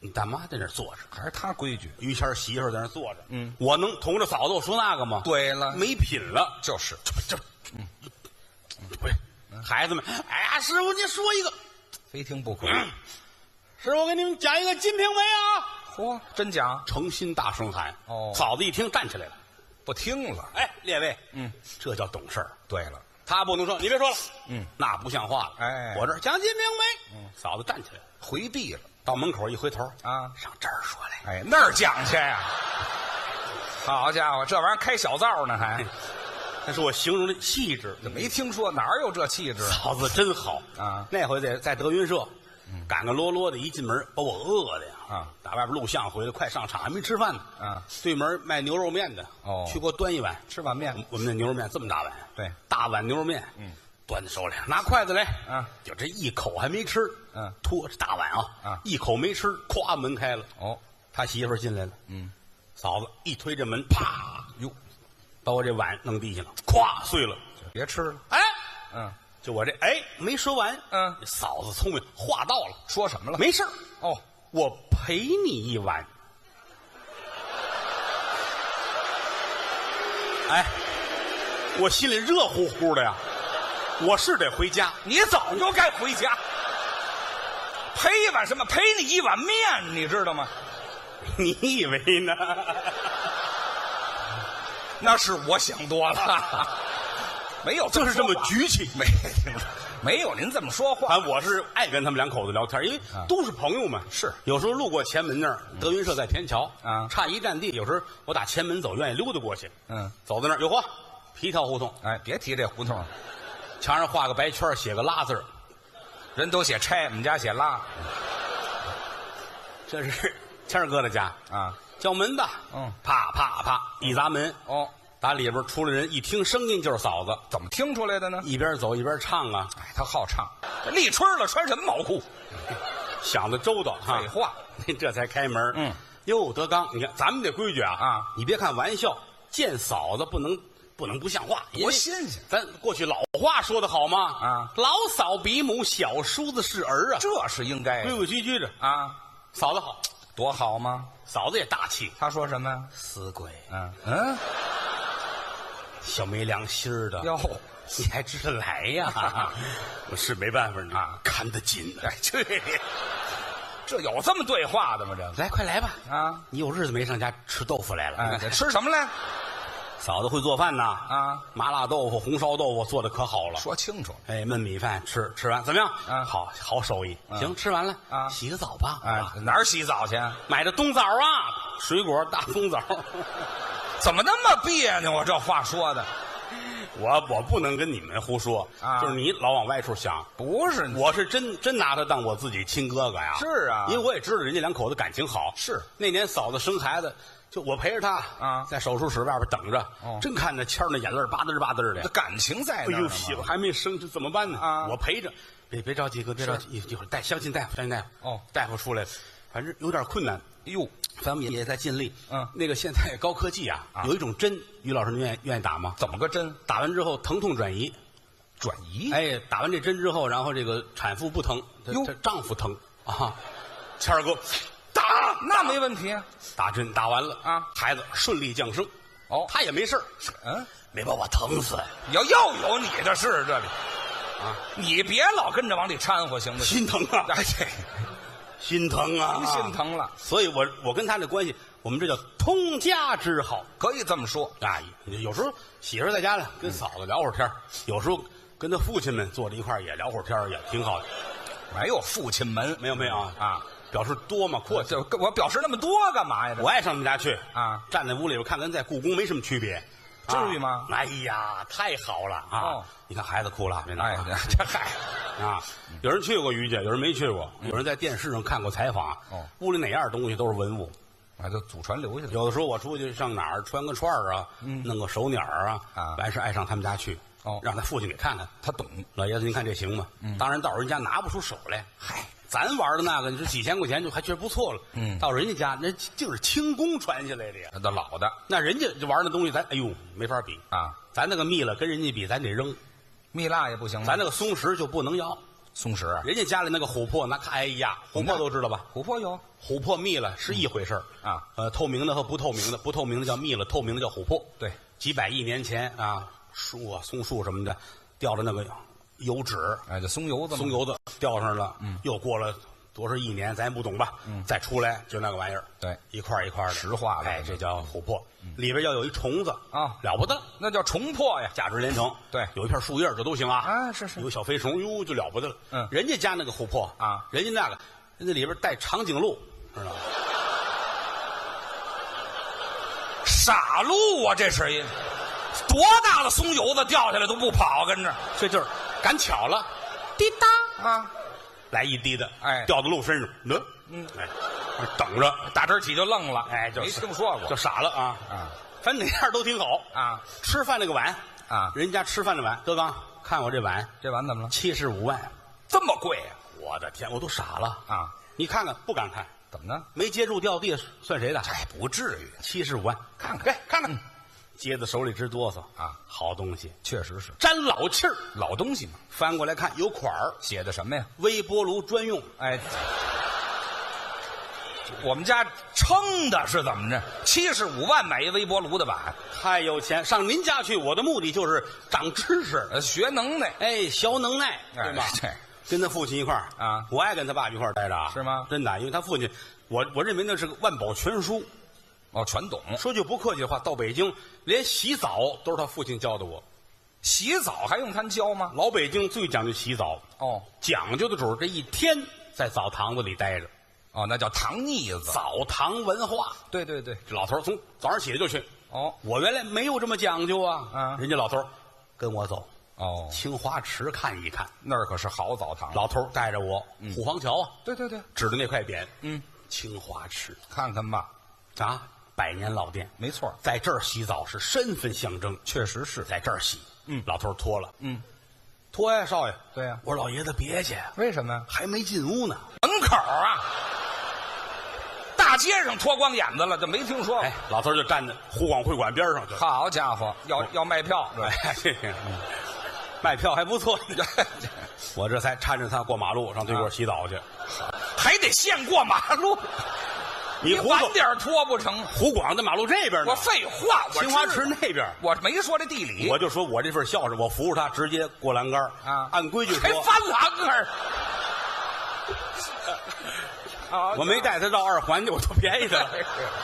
A: 你大妈在那儿坐着，
F: 还是他规矩。
A: 于谦儿媳妇儿在那儿坐着，
F: 嗯，
A: 我能同着嫂子我说那个吗？，
F: 对啊了，
A: 没品了，
F: 就是
A: 这，不是，孩子们，哎呀，师傅您说一个，嗯
F: 非听不可。
A: 师傅给你们讲一个《金瓶梅》啊。
F: 嚯，真讲
A: 诚心大声喊。
F: 哦
A: 嫂子一听站起来了，
F: 不听了。
A: 哎，列位，
F: 嗯，
A: 这叫懂事儿。
F: 对了，
A: 他不能说你别说了，
F: 嗯，
A: 那不像话了。
F: 哎嗯
A: 我这儿讲金瓶梅，嫂子站起来了，
F: 回避了
A: 到门口一回头，
F: 啊。
A: 上这儿说来，
F: 哎，那儿讲去呀、好家伙，这玩意儿开小灶呢还，
A: 那是我形容的细致。
F: 这 *laughs* 没听说哪儿有这气质？
A: 嫂子真好
F: 啊嗯
A: 那回在在德云社，赶个啰啰的，一进门把我饿的呀
F: 啊！
A: 打外边录像回来，快上场还没吃饭呢
F: 啊！
A: 对门卖牛肉面的
F: 哦
A: 去给我端一碗，
F: 吃碗面
A: 我们那牛肉面这么大碗，
F: 对，
A: 大碗牛肉面，嗯，端在手里，拿筷子来，
F: 啊，
A: 就这一口还没吃，
F: 嗯，
A: 托着大碗啊，
F: 啊
A: 一口没吃，咵门开了，
F: 哦，
A: 他媳妇儿进来了，嗯，嫂子一推这门，啪，
F: 哟，
A: 把我这碗弄地下了，咵碎了，
F: 别吃了。
A: 哎，
F: 嗯，
A: 就我这哎没说完，
F: 嗯
A: 嫂子聪明，话到了，
F: 说什么了？
A: 没事儿，
F: 哦，
A: 我陪你一晚。哎，我心里热乎乎的呀，我是得回家。
F: 你早就该回家。赔一碗什么？赔你一碗面，你知道吗？
A: 你以为呢？
F: 那是我想多了，没有
A: 就是这么
F: 说话，
A: 局气。
F: 没没有您这么说话。
A: 反正我是爱跟他们两口子聊天，因为都是朋友嘛。
F: 嗯是
A: 有时候路过前门那儿，德云社在天桥
F: 啊
A: 差一站地。有时候我打前门走，愿意溜达过去。
F: 嗯，
A: 走到那儿，有嚯，皮条胡同，
F: 哎，别提这胡同了，
A: 墙上画个白圈，写个拉字儿，
F: 人都写拆，我们家写拉
A: 这是 *laughs* 谦儿哥的家。
F: 啊。
A: 叫门吧，
F: 嗯
A: 啪啪啪一砸门，
F: 哦，
A: 打里边出来人，一听声音就是嫂子，
F: 怎么听出来的呢？
A: 一边走一边唱啊，
F: 哎，他好唱，立春了穿什么毛裤？
A: 想的周到哈。
F: 废话，
A: *laughs* 这才开门。
F: 嗯，
A: 哟，德刚，你看咱们这规矩啊
F: 啊，
A: 你别看玩笑，见嫂子不能不能不像话，因为
F: 新鲜！
A: 咱过去老话说的好吗？
F: 啊
A: 老嫂比母，小叔子是儿啊，
F: 这是应该
A: 规
F: 的
A: 规矩矩的。
F: 啊，
A: 嫂子好，
F: 多好吗？
A: 嫂子也大气，
F: 他说什么呀？
A: 死鬼，
F: 嗯嗯，
A: 小没良心儿的，
F: 哟，
A: 你还知道
F: *laughs* 啊哎
A: 来呀？我是没办法呢，看得紧。
F: 哎，去，这有这么对话的吗？这个
A: 来，快来吧！
F: 啊，
A: 你有日子没上家吃豆腐来了。
F: 哎，
A: *laughs*
F: 吃什么来？
A: 嫂子会做饭呐，
F: 啊，
A: 麻辣豆腐、红烧豆腐做的可好了。
F: 说清楚。
A: 哎，焖米饭吃吃完怎么样？
F: 啊
A: 好好手艺。行，吃完了
F: 啊
A: 洗个澡吧。
F: 哎
A: 啊，，
F: 哪儿洗澡去？
A: 买的冬枣啊，水果大冬
F: *laughs*
A: 枣。
F: 怎么那么别扭啊？这话说的
A: 我我不能跟你们胡说，
F: 啊
A: 就是你老往外处想。
F: 不是你
A: 我是真真拿他当我自己亲哥哥呀。
F: 是啊
A: 因为我也知道人家两口子感情好。
F: 是
A: 那年嫂子生孩子，就我陪着她
F: 啊
A: 在手术室外边等着，
F: 哦
A: 真看着谦儿那眼泪儿吧嘚儿吧嘚儿的
F: 这
A: 呀。
F: 感情在
A: 哎
F: 那儿
A: 呦，
F: 呢
A: 媳妇
F: 嘛。
A: 还没生，这怎么办呢？
F: 啊
A: 我陪着，别别着急，哥，别着急，一一会儿带相信大夫，相信大夫。
F: 哦
A: 大夫出来了，反正有点困难。
F: 哟，
A: 咱们也也在尽力。
F: 嗯
A: 那个现在高科技啊，有一种针，于老师您愿意愿意打吗？
F: 怎么个针
A: 打完之后疼痛转移，
F: 转移？
A: 哎，打完这针之后，然后这个产妇不疼，她
F: 哟
A: 她丈夫疼啊。谦儿哥，打
F: 那没问题啊。
A: 打针打完了
F: 啊
A: 孩子顺利降生，
F: 哦
A: 他也没事儿
F: 嗯，
A: 没把我疼死，
F: 要又有你的事这里啊，你别老跟着往里掺和，行不行？
A: 心疼啊， *laughs*
F: 哎，这
A: 心疼啊，
F: 甭心。疼了，
A: 所以我我跟他的关系，我们这叫通家之好。
F: 可以这么说。
A: 啊，有时候媳妇儿在家了，跟嫂子聊会儿天儿有时候跟他父亲们坐在一块儿也聊会儿天儿也挺好的。
F: 没有父亲门，
A: 没有没有啊
F: 啊！
A: 表示多嘛阔
F: 我
A: 气。
F: 就我表示那么多干嘛呀？这
A: 我爱上他们家去
F: 啊，
A: 站在屋里边看，跟在故宫没什么区别，
F: 至
A: 啊
F: 于吗
A: 哎呀，太好了啊
F: 哦！
A: 你看孩子哭了，真的
F: 哎
A: 啊， *laughs*
F: 这嗨，嗯
A: 啊！有人去过于家，有人没去过，有人在电视上看过采访。
F: 哦
A: 屋里哪样东西都是文物。
F: 啊，就祖传留下的。
A: 有的时候我出去上哪儿穿个串儿啊，弄个手鸟儿啊
F: 嗯啊，
A: 完事爱上他们家去，
F: 哦嗯
A: 让他父亲给看看。
F: 他懂，
A: 老爷子，您看这行吗？当然到人家拿不出手来。嗨，咱玩的那个，你说几千块钱就还觉得不错了。
F: 嗯
A: 到人家家那竟是清宫传下来的呀。
F: 他的老的
A: 那人家就玩那东西，咱哎呦没法比。
F: 啊，
A: 咱那个蜜了跟人家比，咱得扔；
F: 蜜蜡也不行吗？
A: 咱那个松石就不能要。
F: 松石啊，
A: 人家家里那个琥珀，那看哎呀，琥珀都知道吧？
F: 琥珀有
A: 琥珀蜜了是一回事儿
F: 嗯啊，
A: 呃，透明的和不透明的，不透明的叫蜜了，透明的叫琥珀。
F: 对，
A: 几百亿年前啊，树啊松树什么的掉了那个油脂，
F: 哎，就松油子嘛，
A: 松油子掉上了，嗯，又过了多少亿年，咱也不懂吧，嗯，再出来就那个玩意儿，
F: 对
A: 一块儿一块儿的
F: 石化了
A: 哎，这叫琥珀，里边要有一虫子
F: 啊
A: 了不得，
F: 那叫重破呀。
A: 价值连城，
F: 对
A: 有一片树叶这都行啊，
F: 啊是是
A: 有小飞虫，哟就了不得了，
F: 嗯
A: 人家家那个琥珀
F: 啊
A: 人家那个人家里边带长颈鹿，知道吗？
F: 傻路啊，这是一多大的松油子掉下来都不跑，跟着
A: 这就是赶巧了，滴答
F: 啊，
A: 来一滴的，
F: 哎
A: 掉到鹿身上，得，嗯，哎，等着，
F: 打这儿起就愣了，
A: 哎，就
F: 没听说
A: 就
F: 过
A: 傻了啊
F: 啊
A: 反正哪样都挺好
F: 啊。
A: 吃饭那个碗
F: 啊
A: 人家吃饭的碗，德刚看我这碗
F: 这碗怎么了？
A: 七十五万，
F: 这么贵呀？
A: 我的天，我都傻了！
F: 啊，
A: 你看看不敢看，
F: 怎么呢？
A: 没接住掉地算谁的？
F: 哎，不至于，
A: 七十五万，
F: 看嗯看哎看看，
A: 接在手里直哆嗦
F: 啊！
A: 好东西，
F: 确实是
A: 沾老气儿。
F: 老东西嘛，
A: 翻过来看有款儿，
F: 写的什么呀？
A: 微波炉专用，
F: 哎，我们家撑的是怎么着？七十五万买一微波炉的碗，
A: 太有钱！上您家去，我的目的就是长知识，
F: 呃，学能耐
A: 哎，学能耐，
F: 哎
A: 对吧？
F: 对
A: 跟他父亲一块儿
F: 啊
A: 我爱跟他爸一块儿待着啊，
F: 是吗
A: 真的，因为他父亲，我我认为那是个万宝全书。
F: 哦，全懂。
A: 说句不客气的话，到北京连洗澡都是他父亲教的我。
F: 洗澡还用他教吗？
A: 老北京最讲究洗澡，
F: 哦
A: 讲究的主儿这一天在澡堂子里待着，
F: 哦，那叫糖腻子。
A: 澡堂文化。
F: 对对对，
A: 这老头儿从早上起来就去，
F: 哦
A: 我原来没有这么讲究啊。
F: 啊
A: 人家老头儿跟我走，
F: 哦，啊
A: 青花池看一看。
F: 那儿可是好澡堂。
A: 老头儿带着我，虎坊桥啊，
F: 对对对，
A: 指着那块匾，
F: 嗯，
A: 青花池
F: 看看吧，
A: 啊，百年老店，
F: 没错，
A: 在这儿洗澡是身份象征，
F: 确实是。
A: 在这儿洗。嗯，老头儿脱了，
F: 嗯，
A: 脱呀，少爷。
F: 对啊呀
A: 我说老爷子别去，
F: 为什么呀？
A: 还没进屋呢。
F: 门口啊，大街上脱光眼子了，这没听说过。
A: 哎，老头儿就站在湖广会馆边上就，
F: 好家伙，要要卖票，
A: 哎，这个
F: 嗯
A: 卖票还不错。
F: *laughs*
A: 我这才搀着他过马路，上
F: 啊
A: 对过洗澡去。
F: 还得现过马路，
A: 你胡
F: 晚
A: 说，
F: 点脱不成？
A: 湖广在马路这边呢
F: 我，废话，我
A: 青花
F: 知
A: 池
F: 道
A: 那边。
F: 我没说这地理，
A: 我就说我这份孝顺，我扶着他直接过栏杆儿
F: 啊
A: 按规矩
F: 还
A: 说，
F: 翻栏杆儿啊
A: 我没带他到二环去，我都便宜他了，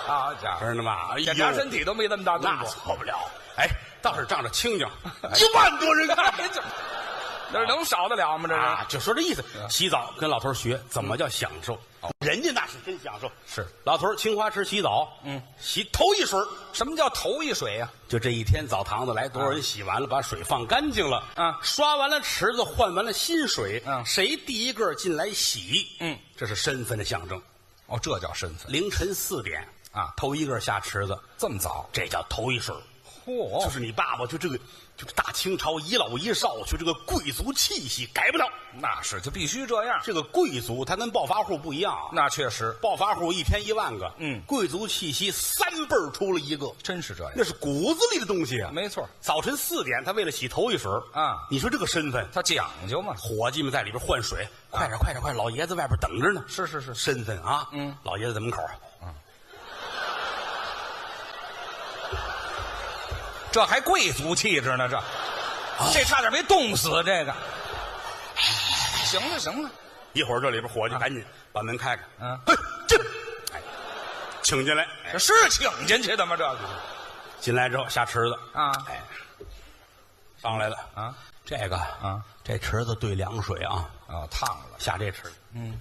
F: 好哎家伙，
A: 知道吗？哎呦
F: 检查身体都没那么大动
A: 那
F: 作，
A: 错不了。哎，倒是仗着清净，哎
F: 一万多人 *laughs* 看，哎这这能少得了吗？这
A: 啊
F: 是，
A: 就说这意思。洗澡跟老头儿学怎么叫享受，人家那是真享受。
F: 嗯是
A: 老头儿青花池洗澡，嗯，洗头一水儿
F: 什么叫头一水呀？
A: 就这一天澡堂子来多少人洗完了，把水放干净了，
F: 啊
A: 刷完了池子，换完了新水，
F: 嗯
A: 谁第一个进来洗，
F: 嗯，
A: 这是身份的象征。
F: 哦，这叫身份，
A: 凌晨四点
F: 啊
A: 头一个下池子，
F: 这么早？
A: 这叫头一水儿。
F: 嚯
A: 就是你爸爸，就这个，就大清朝一老一少，就这个贵族气息改不了。
F: 那是就必须这样，
A: 这个贵族他跟暴发户不一样啊，
F: 那确实
A: 暴发户一天一万个，
F: 嗯
A: 贵族气息三辈儿出了一个，
F: 真是这样，
A: 那是骨子里的东西啊。
F: 没错，
A: 早晨四点，他为了洗头一水儿
F: 啊
A: 你说这个身份，
F: 他讲究嘛。
A: 伙计们在里边换水，快点快点快点，老爷子外边等着呢。
F: 啊是是是
A: 身份啊，
F: 嗯，
A: 老爷子在门口，啊
F: 这还贵族气质呢，这、这差点没冻死这个。哎行了行了，
A: 一会儿这里边伙
F: 啊
A: 计赶紧把门开开，
F: 嗯
A: 嘿，进，哎，请进来。哎
F: 这是请进去的吗？这个
A: 进来之后下池子
F: 啊
A: 哎，上来了
F: 啊，
A: 这个
F: 啊，
A: 这池子兑凉水啊，
F: 啊，烫了，
A: 下这池，嗯，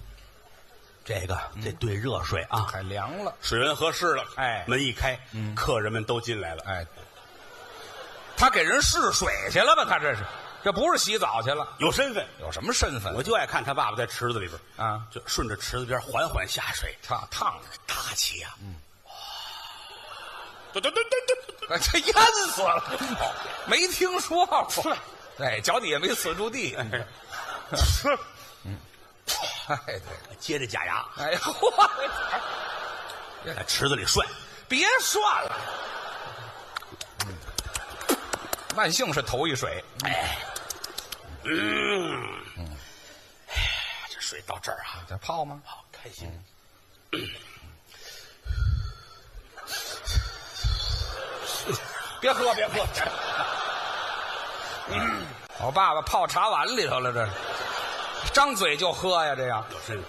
A: 这个
F: 嗯
A: 得兑热水啊，
F: 还凉了，
A: 水温合适了，
F: 哎
A: 门一开，客人们都进来了，
F: 哎，他给人试水去了吧？他这是，这不是洗澡去了，
A: 有身份。
F: 有什么身份？
A: 我就爱看他爸爸在池子里边
F: 啊
A: 就顺着池子边缓缓下水，
F: 烫烫了，
A: 大气呀，嗯，哇，嘟嘟嘟嘟嘟，
F: 哎这淹死了，哦没听说过。对，脚底下没死住地。哎，对，
A: 接着假牙
F: 哎呀，嚯，哎
A: 在池子里涮，
F: 别涮了。嗯万幸是头一水，
A: 这哎水到这儿啊，
F: 这泡吗？嗯
A: 好开心。 *coughs*
F: 别喝，别 *coughs* 喝。嗯我爸爸泡茶碗里头了，这是张嘴就喝呀，这样
A: 有身份，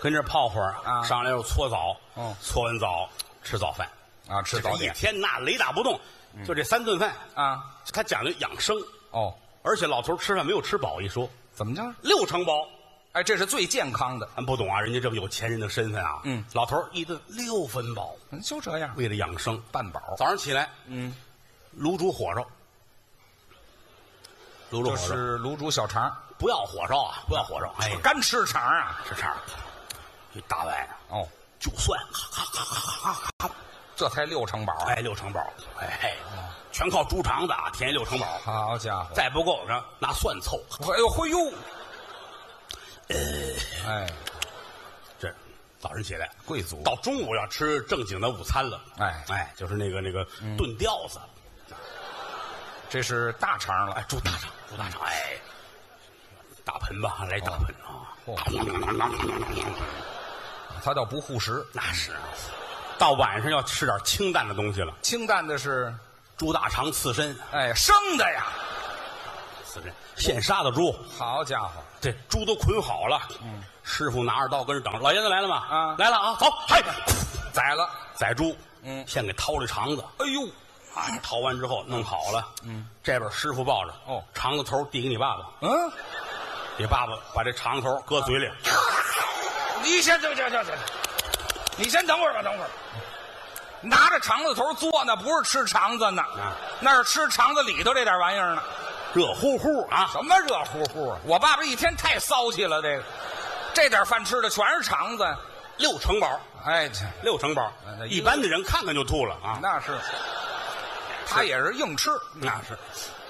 A: 跟这儿泡会儿
F: 啊
A: 上来又搓澡，
F: 哦
A: 搓完澡吃早饭，
F: 啊，吃
A: 这
F: 早
A: 一
F: 点嗯
A: 天那雷打不动，就这三顿饭，
F: 啊。
A: 他讲究养生，
F: 哦，
A: 而且老头儿吃饭没有吃饱一说，
F: 怎么着？
A: 六成饱。
F: 哎，这是最健康的，
A: 咱不懂啊，人家这么有钱人的身份啊，
F: 嗯
A: 老头儿一顿六分饱，
F: 嗯就这样，
A: 为了养生，
F: 半饱
A: 早上起来，嗯，卤煮火烧，卤煮
F: 就
A: 火烧，
F: 是卤煮小肠，
A: 不要火烧啊，不要火烧，哎，
F: 干吃肠啊。
A: 吃肠，一大碗
F: 哦，
A: 就蒜，咔咔咔咔咔咔，
F: 这才六成饱。啊
A: 哎，六成饱，哎，嘿全靠猪肠子啊，填六成饱，
F: 好家伙！
A: 再不够呢，拿蒜凑，
F: 哎呦，嚯呦！
A: 呃
F: 哎，
A: 这早晨起来。
F: 贵族
A: 到中午要吃正经的午餐了，
F: 哎嗯
A: 哎，就是那个那个炖吊子，
F: 这是大肠了。
A: 哎，猪大肠，
F: 嗯
A: 猪大肠，哎，大盆吧，来大盆啊！
F: 哦他倒不护食，
A: 那是啊，到晚上要吃点清淡的东西了。
F: 清淡的是
A: 猪大肠刺身，
F: 哎生的呀。
A: 刺身现杀的猪，
F: 好家伙！
A: 这猪都捆好了。嗯，师傅拿着刀跟着等着，老爷子来了吗？
F: 啊
A: 来了啊，走，嗨，
F: 宰了。
A: 宰猪。
F: 嗯
A: 先给掏了肠子，
F: 哎呦，
A: 啊，掏完之后弄好了。嗯，这边师傅抱着，
F: 哦
A: 肠子头递给你爸爸，
F: 嗯，
A: 你爸爸把这肠子头搁嘴里，
F: 啊你先等，等等等，你先等会儿吧，等会儿。拿着肠子头嘬呢，不是吃肠子呢，
A: 啊
F: 那是吃肠子里头这点玩意儿呢。
A: 热乎乎啊，
F: 什么热乎乎啊！我爸爸一天太骚气了，这个，这点饭吃的全是肠子。
A: 六成饱。
F: 哎，这
A: 六成饱
F: 嗯那，一
A: 一般的人看看就吐了啊。
F: 那是，他也是硬吃，
A: 那是，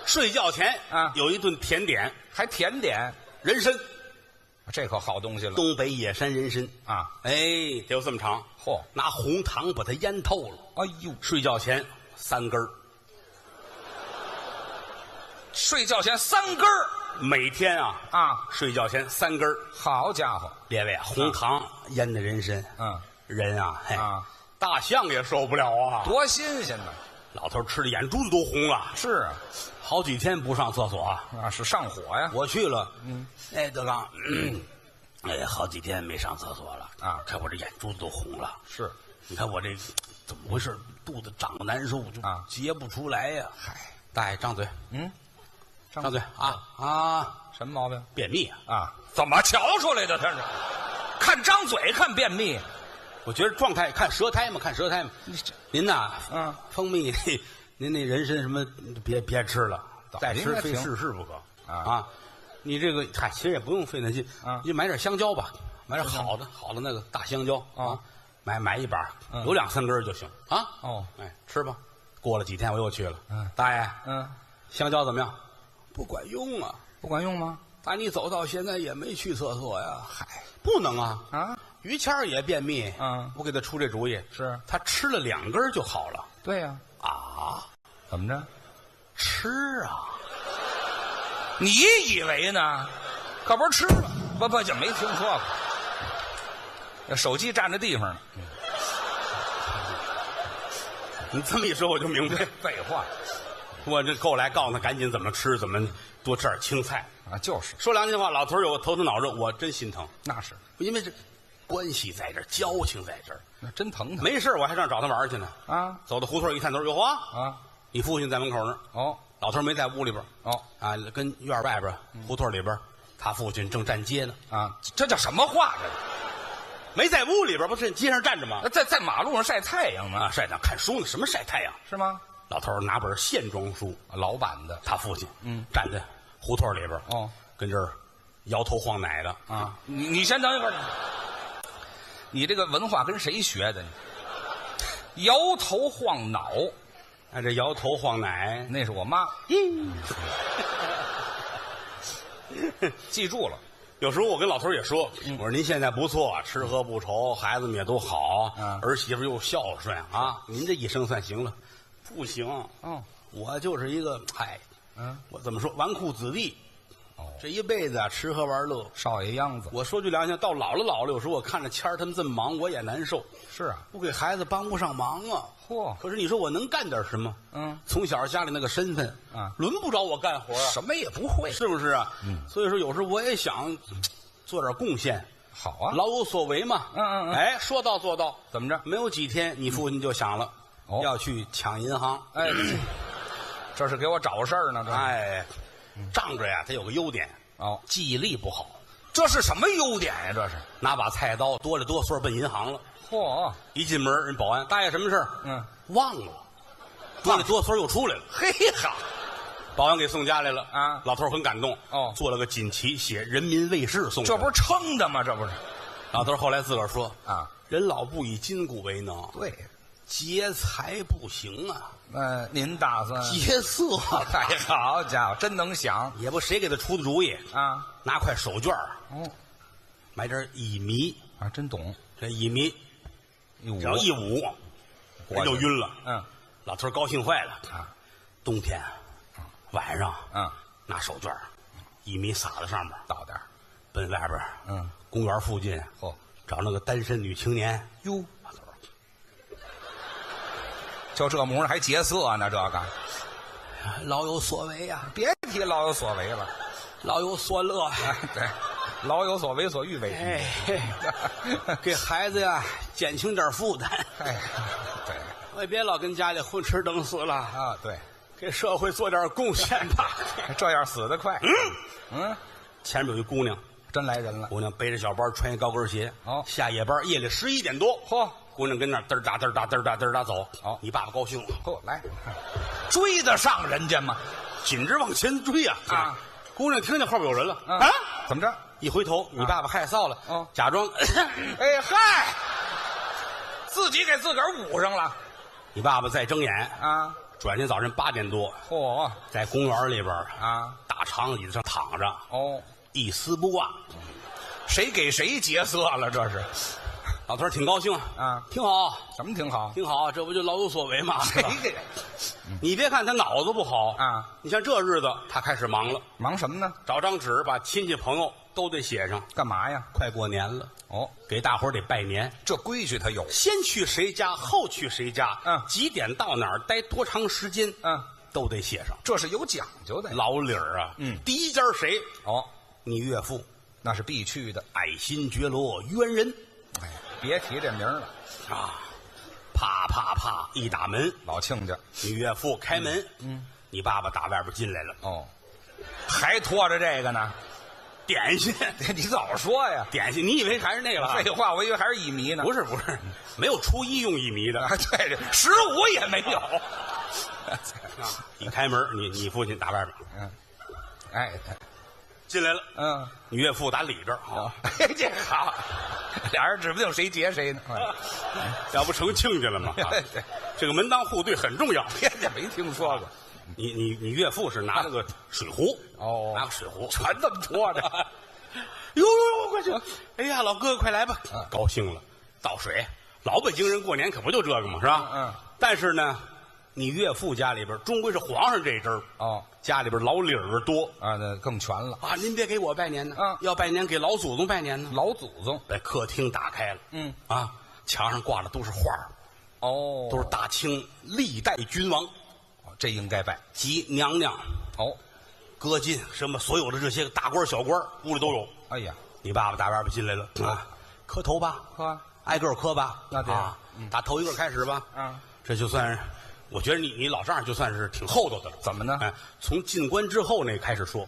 A: 睡觉前
F: 啊
A: 有一顿甜点，
F: 还甜点，
A: 人参，
F: 这可好东西了
A: 东北野山人参，
F: 啊！
A: 哎，得有这么长，
F: 嚯
A: 拿红糖把它腌透了，
F: 哎呦，
A: 睡觉前三根儿，
F: 睡觉前三根儿
A: 每天啊
F: 啊！
A: 睡觉前三根儿，
F: 好家伙，
A: 列位啊，红糖腌的人参，
F: 嗯，
A: 人啊，嘿
F: 啊，
A: 大象也受不了啊，
F: 多新鲜呢！
A: 老头吃的眼珠子都红了，
F: 是啊，
A: 好几天不上厕所啊，
F: 啊是上火呀！
A: 我去了，嗯，哎，德刚，嗯哎，好几天没上厕所了
F: 啊
A: 看我这眼珠子都红了。
F: 是，
A: 你看我这怎么回事？肚子胀得难受，就
F: 啊
A: 结不出来呀、嗨，大爷张嘴，
F: 嗯，
A: 张嘴啊啊！
F: 什么毛病
A: 便秘啊！
F: 啊？怎么瞧出来的？他是看张嘴看便秘，
A: 我觉得状态看舌苔嘛，看舌苔嘛。您呐，
F: 嗯，
A: 蜂蜜，嘿您那人参什么别别吃了，
F: 早
A: 再吃
F: 应该
A: 非
F: 停
A: 试试不可
F: 啊
A: 你这个嗨，其实也不用费那心
F: 啊
A: 你就买点嗯香蕉吧，买点好的好的那个大香蕉
F: 啊，
A: 买买一把
F: 嗯，
A: 有两三根儿就行啊。
F: 哦，
A: 哎，吃吧。过了几天我又去了，
F: 嗯
A: 大爷，
F: 嗯，
A: 香蕉怎么样？不管用啊！
F: 不管用吗？
A: 打你走到现在也没去厕所呀。嗨，不能啊！
F: 啊，
A: 于谦儿也便秘，
F: 嗯
A: 我给他出这主意，
F: 是
A: 他吃了两根儿就好了
F: 对呀、
A: 啊，
F: 怎么着？
A: 吃啊，
F: 你以为呢？可不是吃了，不不就没听说过。手机占着地方呢，
A: *laughs* 你这么一说我就明 *laughs* 白，
F: 废话
A: 我这后来告诉他赶紧怎么吃，怎么多吃点青菜。
F: 啊，就是
A: 说良心话，老头儿有头疼脑热，我真心疼，
F: 那是，
A: 因为这关系在这儿，交情在这儿，
F: 那真疼他
A: 没事儿我还上找他玩儿去呢。
F: 啊
A: 走到胡同一探头，哟呵，
F: 啊
A: 你父亲在门口呢，
F: 哦
A: 老头儿没在屋里边儿
F: 哦
A: 啊，跟院儿外边儿胡同里边儿，他父亲正站街呢，
F: 啊，这叫什么话？这
A: 没在屋里边儿，不是街上站着吗？
F: 在在马路上晒太阳呢
A: 啊，晒太阳看书呢，什么晒太阳？
F: 是吗？
A: 老头儿拿本线装书，
F: 老板的
A: 他父亲嗯站在胡同里边儿
F: 哦，
A: 跟这儿摇头晃脑的
F: 啊，你你先等一会儿，你这个文化跟谁学的？你摇头晃脑，
A: 哎，这摇头晃脑，
F: 那是我妈。记住了，
A: 有时候我跟老头儿也说，
F: 嗯
A: 我说您现在不错，吃喝不愁，孩子们也都好，
F: 嗯
A: 儿媳妇又孝顺啊，您这一生算行了，不行，
F: 哦，
A: 我就是一个嗨，
F: 嗯，
A: 我怎么说纨绔子弟，
F: 哦
A: 这一辈子啊吃喝玩乐。
F: 少爷样子
A: 我说句良心，到老了老了，有时候我看着谦儿他们这么忙，我也难受，
F: 是啊，
A: 我给孩子帮不上忙啊。
F: 嚯
A: 可是你说我能干点什么？
F: 嗯，
A: 从小家里那个身份，
F: 啊
A: 轮不着我干活啊，
F: 什么也不会，
A: 是不是啊？嗯，所以说有时候我也想做点贡献，
F: 好啊，
A: 老有所为嘛。
F: 嗯嗯嗯
A: 哎，说到做到，
F: 怎么着？
A: 没有几天，你父亲就想了，
F: 哦
A: 要去抢银行。
F: 哎，这是给我找事儿呢，这是
A: 哎，仗着呀，他有个优点，
F: 哦，
A: 记忆力不好，
F: 这是什么优点呀？这是
A: 拿把菜刀哆里哆嗦奔银行了。
F: 嚯，
A: 一进门，人保安大爷什么事儿？
F: 嗯，
A: 忘了，哆里哆嗦又出来了。
F: 嘿哈，
A: 保安给送家来了
F: 啊
A: 老头儿很感动
F: 哦
A: 做了个锦旗，写“人民卫士”送
F: 这
A: 去
F: 不是撑的吗？这不是
A: 老头儿后来自个儿说
F: 啊？
A: 人老不以筋骨为能，
F: 对，
A: 劫财不行啊，
F: 呃，您打算？
A: 劫色啊
F: *laughs* 哎，好家伙，真能想
A: 也不谁给他出的主意，
F: 啊！
A: 拿块手绢儿
F: 哦，
A: 买点乙醚，
F: 啊，真懂。
A: 这乙醚
F: 一
A: 只要一捂，人就嗯哎晕了。
F: 嗯
A: 老头儿高兴坏了
F: 啊，
A: 冬天晚上
F: 嗯，
A: 拿手绢儿乙醚撒在上面，
F: 倒点儿
A: 奔外边儿
F: 嗯
A: 公园附近
F: 嚯
A: 找那个单身女青年，
F: 哟，就这模样还劫色呢？这个
A: 老有所为呀、
F: 别提老有所为了， *laughs*
A: 老有所 *laughs* 乐。
F: 哎对，老有所为所欲为之。
A: 哎，嘿给孩子呀减轻点负担，
F: 哎，对
A: 也别老跟家里混吃等死了，
F: 啊对，
A: 给社会做点贡献 *laughs* 吧。
F: 这样死得快。嗯，
A: 前面有一姑娘，
F: 真来人了。
A: 姑娘背着小包，穿一高跟鞋，
F: 哦
A: 下夜班，夜里十一点多，
F: 嚯
A: 姑娘跟那儿嘚儿哒嘚儿哒嘚儿哒嘚儿哒走。
F: 哦
A: 你爸爸高兴了，
F: 嚯，来，追得上人家吗？
A: 紧着往前追呀
F: 啊！
A: 姑娘听见后边有人了
F: 嗯
A: 啊，
F: 怎么着？
A: 一回头，你爸爸害臊了，
F: 哦
A: 假装， *coughs*
F: 哎嗨，自己给自个儿捂上了
A: 你爸爸再睁眼，
F: 啊！
A: 转天早晨八点多，
F: 嚯
A: 在公园里边儿
F: 啊！
A: 大长椅子上躺着，
F: 哦，
A: 一丝不挂。
F: 谁给谁劫色了？这是
A: 老头儿挺高兴
F: 啊
A: 挺好，
F: 什么挺好？
A: 挺好，啊这不就老有所为吗？
F: 谁给
A: 你别看他脑子不好
F: 啊，
A: 你像这日子，他开始忙了，
F: 忙什么呢？
A: 找张纸把亲戚朋友都得写上。
F: 干嘛呀？
A: 快过年了，
F: 哦，
A: 给大伙儿得拜年，
F: 这规矩他有
A: 先去谁家，后去谁家，
F: 嗯
A: 几点到哪儿，待多长时间，
F: 嗯，
A: 都得写上。
F: 这是有讲究的。
A: 老理儿啊，
F: 嗯
A: 第一家谁？
F: 哦，
A: 你岳父，
F: 那是必去的。
A: 爱新觉罗冤人
F: 哎，别提这名儿了，
A: 啊！啪啪啪，一打门，
F: 老亲家
A: 你岳父开门，嗯，你爸爸打外边进来了，
F: 哦，还拖着这个呢？
A: 点心，
F: *laughs* 你早说呀！
A: 点心，你以为还是那个
F: *laughs* 废
A: 了？
F: 话，我以为还是乙醚呢。
A: 不是不是，没有初一用一米的
F: 啊， *laughs* 对对，十五也没有。
A: 啊！一开门，你你父亲打外边
F: *laughs* 哎，
A: 进来了，
F: 嗯，
A: 你岳父打里边啊，
F: *laughs* 哎，这好，俩人指不定谁劫谁呢。
A: *laughs*
F: *laughs*
A: 要不成亲家了吗？啊
F: 对
A: 这个门当户对很重要。
F: 别介，没听说过，
A: 你你你岳父是拿了个水壶，
F: 哦
A: 拿个水壶，
F: 全这么
A: *laughs*
F: 拖着。啊
A: 呦呦呦，快去！哎呀，老哥哥，快来吧！
F: 嗯
A: 高兴了，倒水。老北京人过年可不就这个嘛，是吧？
F: 嗯嗯。
A: 但是呢，你岳父家里边终归是皇上这一支儿
F: 哦，
A: 家里边老理儿多
F: 啊，那更全了。
A: 啊。您别给我拜年呢，
F: 嗯
A: 要拜年给老祖宗拜年呢。
F: 老祖宗
A: 把客厅打开了，
F: 嗯
A: 啊，墙上挂的都是画儿
F: 哦
A: 都是大清历代君王
F: 这应该拜
A: 及娘娘、
F: 哦。
A: 歌进什么所有的这些大官儿小官儿屋里都有。
F: 哎呀，
A: 你爸爸打外边进来了啊，磕头吧，
F: 磕啊
A: 挨个儿磕吧，
F: 那嗯对
A: 啊，打头一个开始吧，
F: 嗯，
A: 这就算是，我觉得你你老丈人就算是挺厚道的了，
F: 怎么呢
A: 哎，从进关之后那开始说，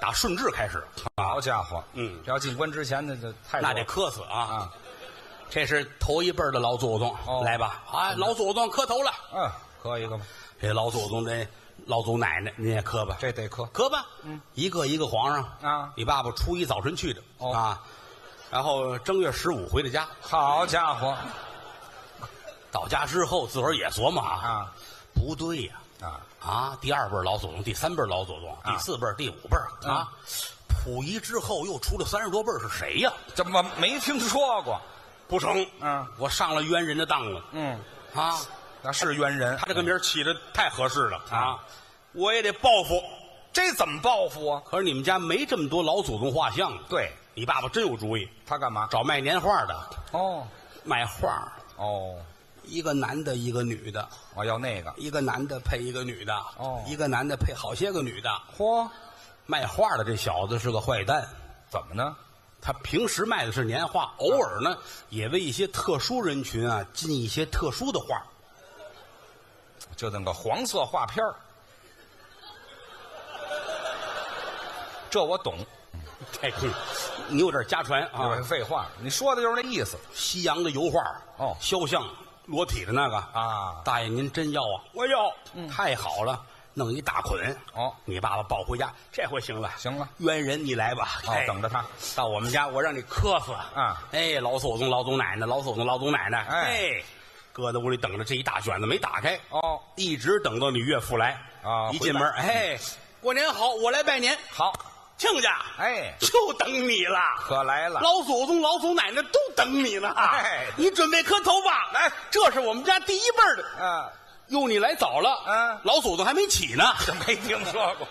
A: 打顺治开始，
F: 好家伙，
A: 嗯
F: 这要进关之前那就太
A: 那
F: 多了
A: 得磕死啊
F: 啊！
A: 这是头一辈儿的老祖宗
F: 哦，
A: 来吧，啊，老祖宗磕头了，
F: 嗯，磕一个吧，
A: 这老祖宗这老祖奶奶您也磕吧，
F: 这得磕
A: 磕吧，嗯，一个一个皇上
F: 啊
A: 你爸爸初一早晨去的
F: 哦
A: 啊，然后正月十五回的家，
F: 好家伙
A: 到家之后自个儿也琢磨啊，
F: 啊
A: 不对呀、
F: 啊！
A: 啊，第二辈儿老祖宗，第三辈儿老祖宗，第四辈儿、第五辈儿啊，溥仪之后又出了三十多辈儿是谁呀、
F: 怎么没听说过？
A: 不成，
F: 嗯，
A: 我上了冤人的当了
F: 嗯，
A: 啊！
F: 那是冤人，
A: 他这个名儿起的太合适了啊
F: 啊，
A: 我也得报复。
F: 这怎么报复啊？
A: 可是你们家没这么多老祖宗画像，
F: 对
A: 你爸爸真有主意，
F: 他干嘛？
A: 找卖年画的，
F: 哦
A: 卖画，
F: 哦，
A: 一个男的，一个女的，
F: 我要那个
A: 一个男的配一个女的，
F: 哦
A: 一个男的配好些个女的。
F: 嚯，
A: 卖画的这小子是个坏蛋，
F: 怎么呢？
A: 他平时卖的是年画，
F: 啊
A: 偶尔呢也为一些特殊人群啊进一些特殊的
F: *laughs*
A: 画。
F: 就那个黄色画片儿这我懂，
A: 这个你有点家传啊
F: 对，废话，你说的就是那意思
A: 西洋的油画
F: 哦
A: 肖像裸体的那个。
F: 啊。嗯
A: 大爷，您真要啊？我要，太好了，弄一大捆。
F: 哦
A: 你爸爸抱回家，这回行了，
F: 行了
A: 冤人你来吧，
F: 哦
A: 哎
F: 等着他
A: 到我们家，我让你磕死
F: 啊！
A: 哎，老祖宗、老祖奶奶、老祖宗、老祖奶奶，
F: 哎
A: 哎，搁在屋里等着，这一大卷子没打开，
F: 哦，
A: 一直等到你岳父来
F: 啊
A: 一进门，
F: 回
A: 哎，过年好，我来拜年，
F: 好，
A: 亲家，
F: 哎
A: 就等你了，
F: 可来了，
A: 老祖宗、老祖奶奶都等你呢，
F: 哎
A: 你准备磕头吧？来，这是我们家第一辈儿的。
F: 啊，
A: 哟，你来早了，
F: 嗯
A: 老祖宗还没起呢，
F: *laughs* 这没听说过。